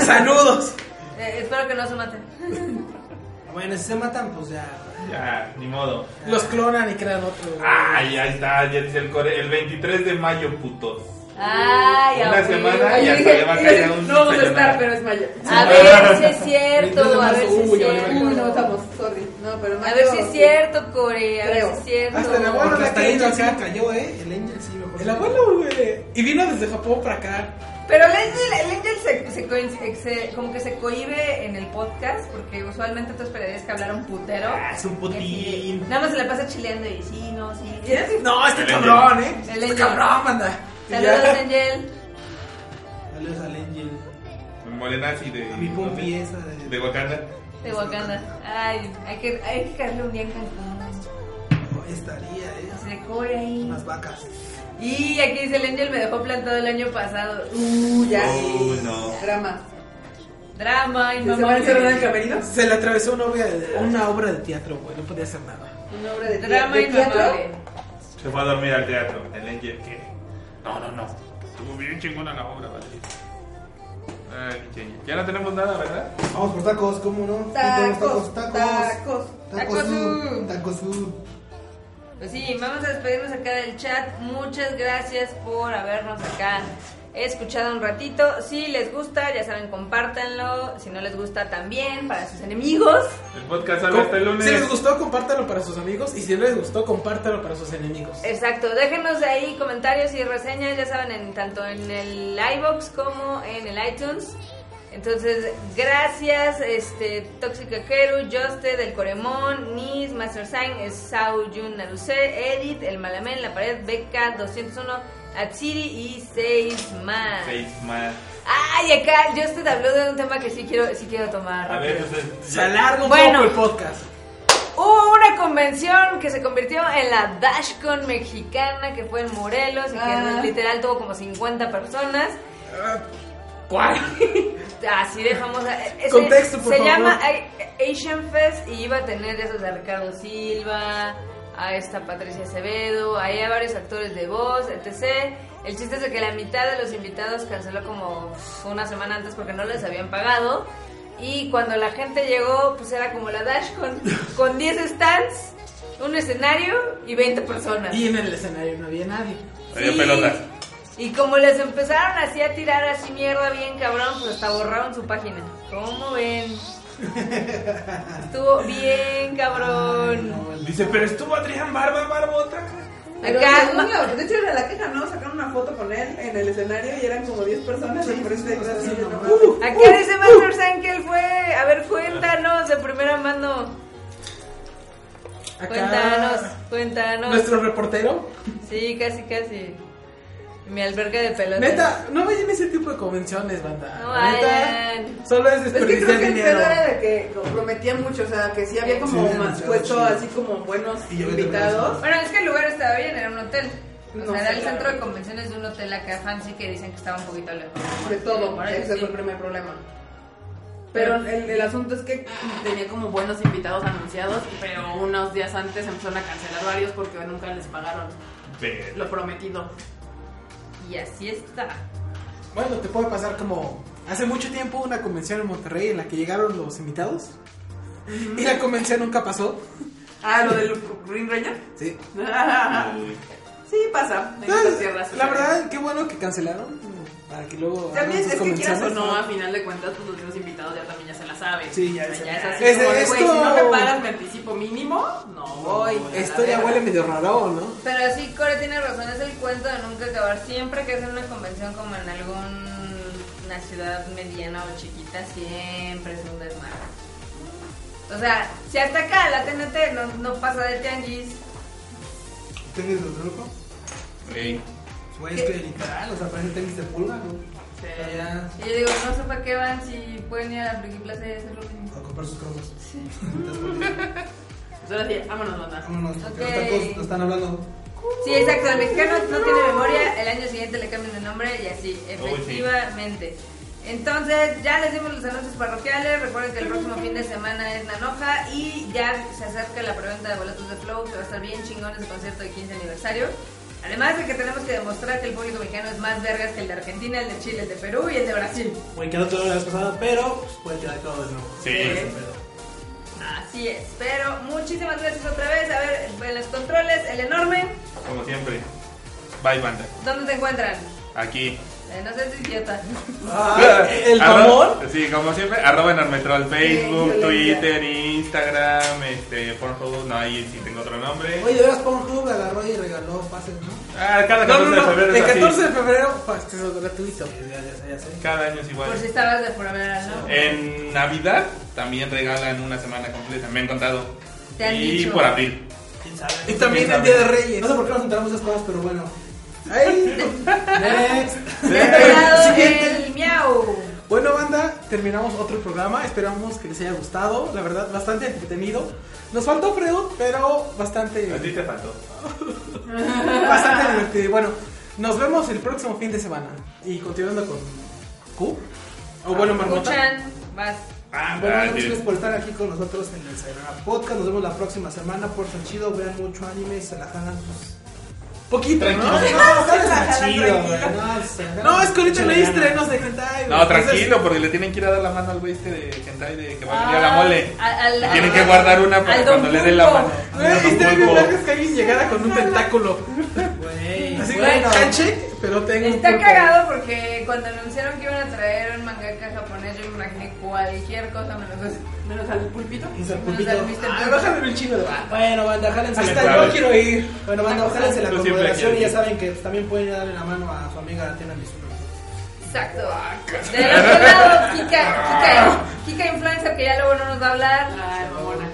D: Saludos.
E: Eh, espero que no se maten.
D: Bueno, si se matan, pues ya.
F: Ya, ni modo.
D: Los clonan y crean otro. güey.
F: Ay, ahí está, ya dice el core. El 23 de mayo, putos.
E: Ay,
F: Una
E: abuelo.
F: semana
A: Ay,
F: y
A: yo
F: hasta
A: dije,
F: le va a
A: yo dije,
F: caer un
A: no vamos a
F: sayonara.
A: estar, pero es mayo.
E: A
F: [LAUGHS]
E: ver si es cierto, a ver si es
D: Uy, ya
E: cierto.
D: valió.
A: Uy, no estamos, sorry. No, pero
E: A
A: mayo-
E: ver si es cierto, Core, a ver si
A: Creo.
E: es cierto.
D: Hasta el abuelo
B: Porque
D: de
B: hasta
D: aquel
B: el Angel
D: acá.
B: sí me cayó, ¿eh? El Angel sí me
D: El abuelo, güey. Y vino desde Japón para acá.
E: Pero el Angel, el Angel se, se coin- se- como que se cohibe en el podcast porque usualmente tú esperarías que hablara un putero.
F: Ah, es un
E: Y
F: putín.
E: así, Nada más se la pasa chileando y sí, no, sí.
D: No, este
F: El
D: cabrón, ¿eh?
E: El
D: Este
E: Angel.
D: cabrón, banda. Y
E: Saludos,
D: ya.
E: Angel.
D: Saludos al Angel.
F: Morenazi de.
D: A mi pompi esa de...
F: De Wakanda.
E: De Wakanda. Ay, hay que, hay que caerle un día en Cancún.
D: Oh, estaría, ¿eh?
E: Se decore ahí.
D: Unas vacas.
E: Y aquí dice el Angel me dejó plantado el año pasado.
A: Uy, ya.
F: Oh, no.
A: Drama.
E: Drama y
A: ¿Se van a
E: mamá.
A: encerrar en el camerino?
D: Se le atravesó una obra de, una obra de teatro, güey. No podía hacer nada.
A: Una obra de
E: Drama
A: de
E: y
A: teatro.
F: Se fue a dormir al teatro. El Angel, ¿qué? No, no, no. Estuvo bien chingona la obra, vale. Ay, pinche Angel. Ya no tenemos nada, ¿verdad?
B: Vamos por tacos, ¿cómo no?
A: Tacos,
B: tacos.
A: tacos.
E: Tacosú.
B: Tacos, tacos.
E: Pues sí, vamos a despedirnos acá del chat. Muchas gracias por habernos acá escuchado un ratito. Si les gusta, ya saben, compártanlo. Si no les gusta, también para sus enemigos.
F: El podcast sale hasta el lunes.
D: Si les gustó, compártalo para sus amigos. Y si no les gustó, compártalo para sus enemigos.
E: Exacto, déjenos ahí comentarios y reseñas, ya saben, en, tanto en el iBox como en el iTunes. Entonces, gracias, este, Tóxica Keru, Joste, Del Coremón, Nis, Master Sign, Sao Yun Naruse, Edith, El Malamén, La Pared, Beca 201, Atsiri y seis más.
F: Seis más.
E: Ay, acá Joste te habló de un tema que sí quiero, sí quiero tomar.
F: A ver,
E: rápido.
F: entonces.
D: Se alarga un
E: Bueno.
D: poco el podcast.
E: Hubo una convención que se convirtió en la DashCon mexicana que fue en Morelos y
A: Ah.
E: que literal tuvo como 50 personas.
D: Ah, ¿Cuál?
E: [LAUGHS] Así de famosa. Eh, eh,
D: Contexto,
E: se,
D: por
E: se
D: favor.
E: llama A- Asian Fest y iba a tener esos de Ricardo Silva, a esta Patricia Acevedo, ahí a varios actores de voz, etc. El chiste es de que la mitad de los invitados canceló como una semana antes porque no les habían pagado. Y cuando la gente llegó, pues era como la Dash con, con 10 stands, un escenario y 20 personas.
D: Y en el escenario no había nadie.
F: Había
E: Sí.
F: pelotas.
E: Y como les empezaron así a tirar así mierda bien cabrón, pues hasta borraron su página. ¿Cómo ven? Estuvo bien cabrón.
F: Dice, pero estuvo Adrián Barba, Barbota.
A: Pero
E: Acá,
A: según la- de hecho, era la queja, ¿no? Sacaron una foto con él en el escenario y eran como 10 personas enfrente. así, no mames.
F: Uh,
E: Acá dice Master San que él fue. A ver, cuéntanos de primera mano.
B: Acá,
E: Cuéntanos, cuéntanos.
B: Nuestro reportero.
E: Sí, casi, casi. Mi alberca de pelotas.
B: Neta, no vayan a ese tipo de convenciones, banda.
E: No
B: La
E: vayan.
B: solo es
A: Es que creo
B: desperdiciar
A: que el
B: dinero.
A: pedo era de que lo prometía mucho, o sea, que sí había como
B: Sí,
A: más
B: demasiado
A: puesto
B: chido.
A: así como buenos
B: Y yo
A: invitados.
E: Bueno, es que el lugar estaba bien, era un hotel. O
A: No
E: sea,
A: sé,
E: era el
A: claro.
E: centro de convenciones de un hotel acá fancy que dicen que estaba un poquito lejos.
A: De todo,
E: Por
A: ese
E: eso
A: fue el
E: sí.
A: primer problema. Pero el, el asunto es que tenía como buenos invitados anunciados, pero unos días antes empezaron a cancelar varios porque nunca les pagaron
F: Pero-
A: lo prometido.
E: Y así está.
D: Bueno, te puede pasar como hace mucho tiempo una convención en Monterrey en la que llegaron los invitados y la convención nunca pasó.
A: Ah, lo del Ring Ranger.
D: Sí.
F: Uy,
A: [LAUGHS] sí, pasa. En estas tierras.
D: la verdad, qué bueno que cancelaron para que luego hagan
A: También
D: sus
A: es que quieras o
D: convenciones.
A: no, a final de cuentas, pues los mismos invitados ya también ya se la saben.
D: Sí, ya
A: O sea,
D: se-
A: ya es así.
D: Es de
A: como de, "Güey,
D: esto-
A: si no me pagas mi anticipo mínimo, no voy.
D: Esto ya huele medio raro, ¿no?
E: Pero sí, Core tiene razón, es el cuento de nunca acabar. Siempre que hacen una convención como en alguna ciudad mediana o chiquita, siempre es un desmadre. O sea, si hasta acá la TNT no, no pasa de tianguis,
D: ¿Tenis de truco?
F: ey.
D: Pues que literal, o sea, parece tenis de pulga, ¿no? O sea, ya-
E: y yo digo, no sé para qué van si pueden ir a la Friki Plaza y hacer lo mismo.
D: A comprar sus cromos.
A: Pues ahora sí, vámonos, banda.
D: Vámonos, porque
E: Ok.
D: los tacos lo están hablando.
E: Sí, exacto, el mexicano no tiene memoria, el año siguiente le cambian de nombre y así, efectivamente. Entonces, ya les dimos los anuncios parroquiales, recuerden que el próximo fin de semana es Nanoja y ya se acerca la preventa de boletos de Flow, que va a estar bien chingón ese concierto de 15 aniversario. Además de que tenemos que demostrar que el público mexicano es más vergas que el de Argentina, el de Chile, el de Perú y el de Brasil.
D: Bueno, quedó todo la vez pasada, pero pues, puede quedar todo de nuevo.
F: Sí.
D: Ese pedo.
E: Así es, pero muchísimas gracias otra vez. A ver, en los controles, el enorme,
F: Como siempre. Bye, banda.
E: ¿dónde te encuentran?
F: Aquí.
E: Eh, no seas idiota.
D: Ah, ¿El
F: Arroba-
D: mamón?
F: Sí, como siempre, arroba Enormetrol, Facebook,
A: Sí, yo le diría.
F: Twitter, Instagram, este, Pornhub, no, ahí sí tengo otro nombre.
D: Oye, verás, Pornhub agarró y regaló pases, ¿no?
F: Ah, cada 14
D: No, no,
F: de
D: no,
F: febrero
D: el
F: es así.
D: 14 de febrero, acceso gratuito. Ya, ya sé, ya sé.
F: Cada año es igual.
E: Por si estabas de primera, ¿no?
F: En Navidad también regalan una semana completa, me han contado.
E: Te han
F: y
E: dicho.
F: por abril.
D: Y también el Día de Reyes. No sé por qué nos enteramos de esas cosas, pero bueno. ¡Ay! Next.
E: Pelado
D: Siguiente.
E: el miau.
D: Bueno, banda, terminamos otro programa. Esperamos que les haya gustado. La verdad, bastante entretenido. Nos faltó Freud, pero
F: A ti
D: bastante,
F: te faltó.
D: bastante divertido. Y Bueno, nos vemos el próximo fin de semana. Y continuando con Q. O bueno, Marmota.
E: Ah, Escuchan, vas.
D: Ah, bueno,
F: Ah, sí.
E: pues,
D: muchas gracias por estar aquí con nosotros en el Sayonara Podcast. Nos vemos la próxima semana. Por ser chido, vean mucho anime, se la jalan. Pues, poquito, ¿no? No,
A: Se la jalan
D: chido, güey.
A: tranquilo.
D: No, se la jalan No, es que ahorita
B: Mucho
D: no hay
B: gana.
D: estrenos de hentai.
F: No,
E: pues,
D: güey.
F: tranquilo, porque le tienen que ir a dar la mano al güey este de Hentai de que va a venir a la mole.
E: Al- al-
F: Y tienen que guardar una para
E: Ah, al
F: cuando
E: don
F: le den la
E: Pulpo.
F: mano.
D: Güey, este, estaría bien vergas que alguien llegara con un tentáculo. Así
E: Güey,
D: como un handshake, pero tengo un
E: Está
D: pulpo.
E: cagado porque cuando anunciaron que iban a traer un mangaka japonés, yo me imaginé cualquier cosa menos eso.
A: Menos al pulpito.
D: Y se
E: Menos al Mr.
D: Ah,
E: Pulpo.
D: bájale el chino de ah, Bueno, banda, jálense.
F: Hasta
D: la-
F: yo
D: quiero ir. Bueno, banda, jálense la
F: Yo siempre
D: consideración y
F: quiero
D: ya
F: ir.
D: saben que pues, también pueden ir a darle la mano a su amiga Tiana Mizuno.
F: [LAUGHS]
E: Exacto. Del otro lado, Kika, Kika, Kika Influencer, que ya luego no nos va a hablar.
A: Ay, mamona.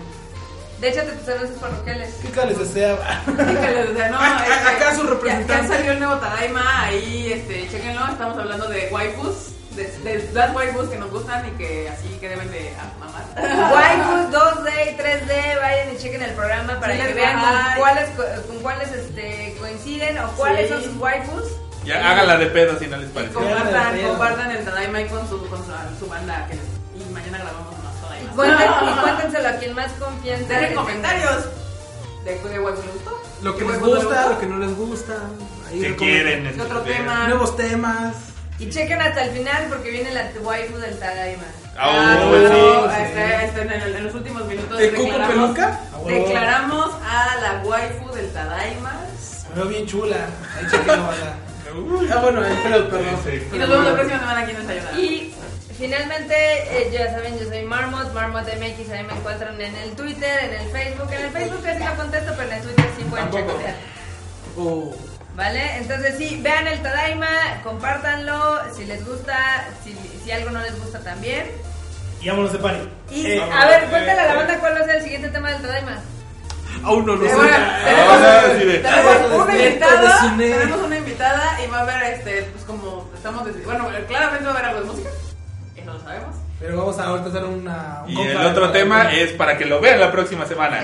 E: De hecho, tus anuncios parroquiales.
D: Kika les desea. [LAUGHS]
A: Dígale, o sea, no,
D: A- a-
A: este,
D: acá su
A: ya-
D: representante.
A: Ya, salió el nuevo Tadaima, ahí, este, chequenlo, estamos hablando de waifus, de, de las waifus que nos gustan y que así que deben de ah,
E: [LAUGHS]
A: mamar.
E: Waifus 2D y 3D, vayan y chequen el programa para
A: Sí,
E: que
A: les
E: vean
A: va.
E: con cuáles, co- con cuáles este, coinciden o cuáles
A: Sí.
E: son sus waifus.
F: Ya háganla de pedo si no les
A: Y
F: parece.
A: compartan,
D: Sí.
A: compartan el Tadaima y con su, con su, su banda, que les- y mañana grabamos más
E: Y,
A: Tadaima. [LAUGHS]
E: cuenten, y cuéntenselo a quien más confianza. le
A: Dejen
E: tenga.
A: comentarios de qué waifu les gustó.
D: Lo que
A: qué
D: les
A: waifu les
D: gusta,
A: gustó.
D: lo que no les gusta. Ahí
F: Que
D: recomiendo.
F: quieren.
A: ¿Qué otro
F: este,
A: tema?
D: Nuevos temas.
E: Y chequen hasta el final porque viene la waifu del Tadaima.
F: Ah,
A: Ah,
F: bueno,
A: claro,
F: sí.
A: este, este, en, el- en los últimos minutos
D: ¿El cuco
A: declaramos-
D: peluca?
A: declaramos a la waifu del Tadaima.
D: Me veo bien chula. Ahí chequenlo, banda.
F: Uy,
D: Ah, bueno, el Freud, perdón.
F: sí, sí.
A: Y nos vemos la próxima semana aquí en Desayunar.
E: Y finalmente, eh, ya saben, yo soy Marmot, Marmot MX, ahí me encuentran en el Twitter, en el Facebook. En el Facebook casi no contesto, pero en el Twitter sí pueden
F: Tampoco.
E: checotear.
D: Oh.
E: ¿Vale? Entonces sí, vean el Tadaima, compártanlo, si les gusta, si, si algo no les gusta también.
D: Y vámonos de party.
E: Y
F: Eh,
E: a ver,
F: eh,
E: cuéntale a la
F: eh.
E: banda cuál va a ser el siguiente tema del Tadaima.
B: Aún no lo sé.
A: Eh, bueno,
F: Ah,
A: tenemos,
C: Ahora sí de-
A: tenemos una
B: Respeto
A: invitada,
B: de cine.
A: tenemos una invitada y va a haber este, pues como estamos, desde- bueno, eh, claramente va a haber algo de música, y no lo sabemos.
D: Pero vamos a ahorita hacer una. un
F: Y
D: compra-
F: el otro tema es para que lo vean la próxima
E: [LAUGHS]
F: semana.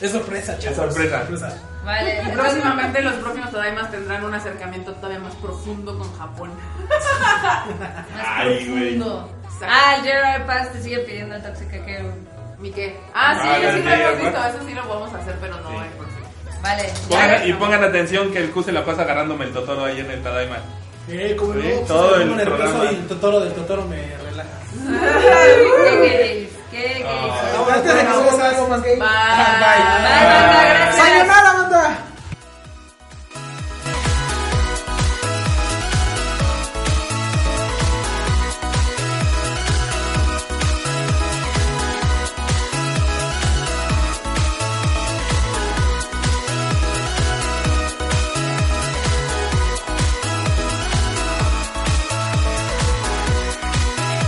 D: Es sorpresa, chavos.
F: sorpresa.
E: Vale,
A: Y
E: entonces-
A: próximamente los próximos Tadaimas tendrán un acercamiento todavía más profundo con Japón.
E: Más
F: Ay,
E: profundo.
A: Exacto.
E: Ah, Gerard Paz te sigue pidiendo a Tóxica que.
A: ¿Mi qué? Ah, sí,
F: Ah,
A: sí, lo
F: ya, ya,
A: hemos visto,
F: ya.
A: eso sí lo vamos a hacer, pero no
F: Sí.
A: en próximo.
E: Vale.
F: Pongan-
E: ya.
F: y pongan atención que el Q se la pasa agarrándome el Totoro ahí en el Tadaima.
D: Eh, como
F: Sí,
D: no, pues,
F: todo
D: estoy
F: el
D: muy nervioso
F: programa.
D: y el Totoro del Totoro me relaja.
E: ¿Qué queréis? ¿Qué queréis?
F: Ah.
D: No, antes de que
A: no,
D: subas algo más gay.
A: Bye.
E: Bye, banda, gracias.
D: ¡Sayonara, banda!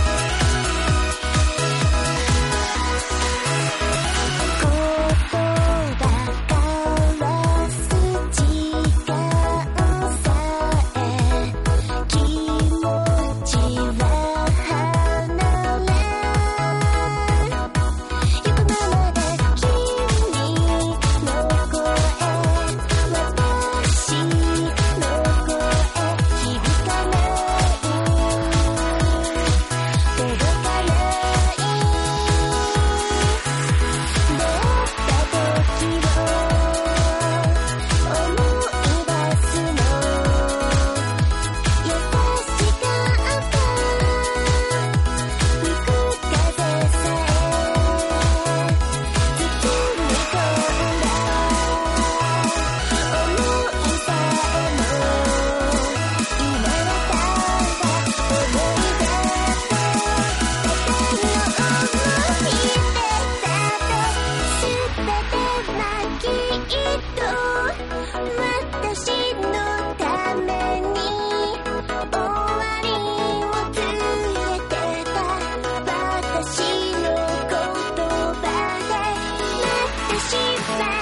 G: 「言葉交わす時間」「さえ気持ちは離れ」「行くままで君の声私の声響かない届かない」「持った時を思い出す」の優しかった吹く風さえ包み込んだ思いさえも今はただ思い出しただけの「すべてはきっと」「あなたのために」「私のために」「終わりを告げてた」「私の言葉でなってしまう」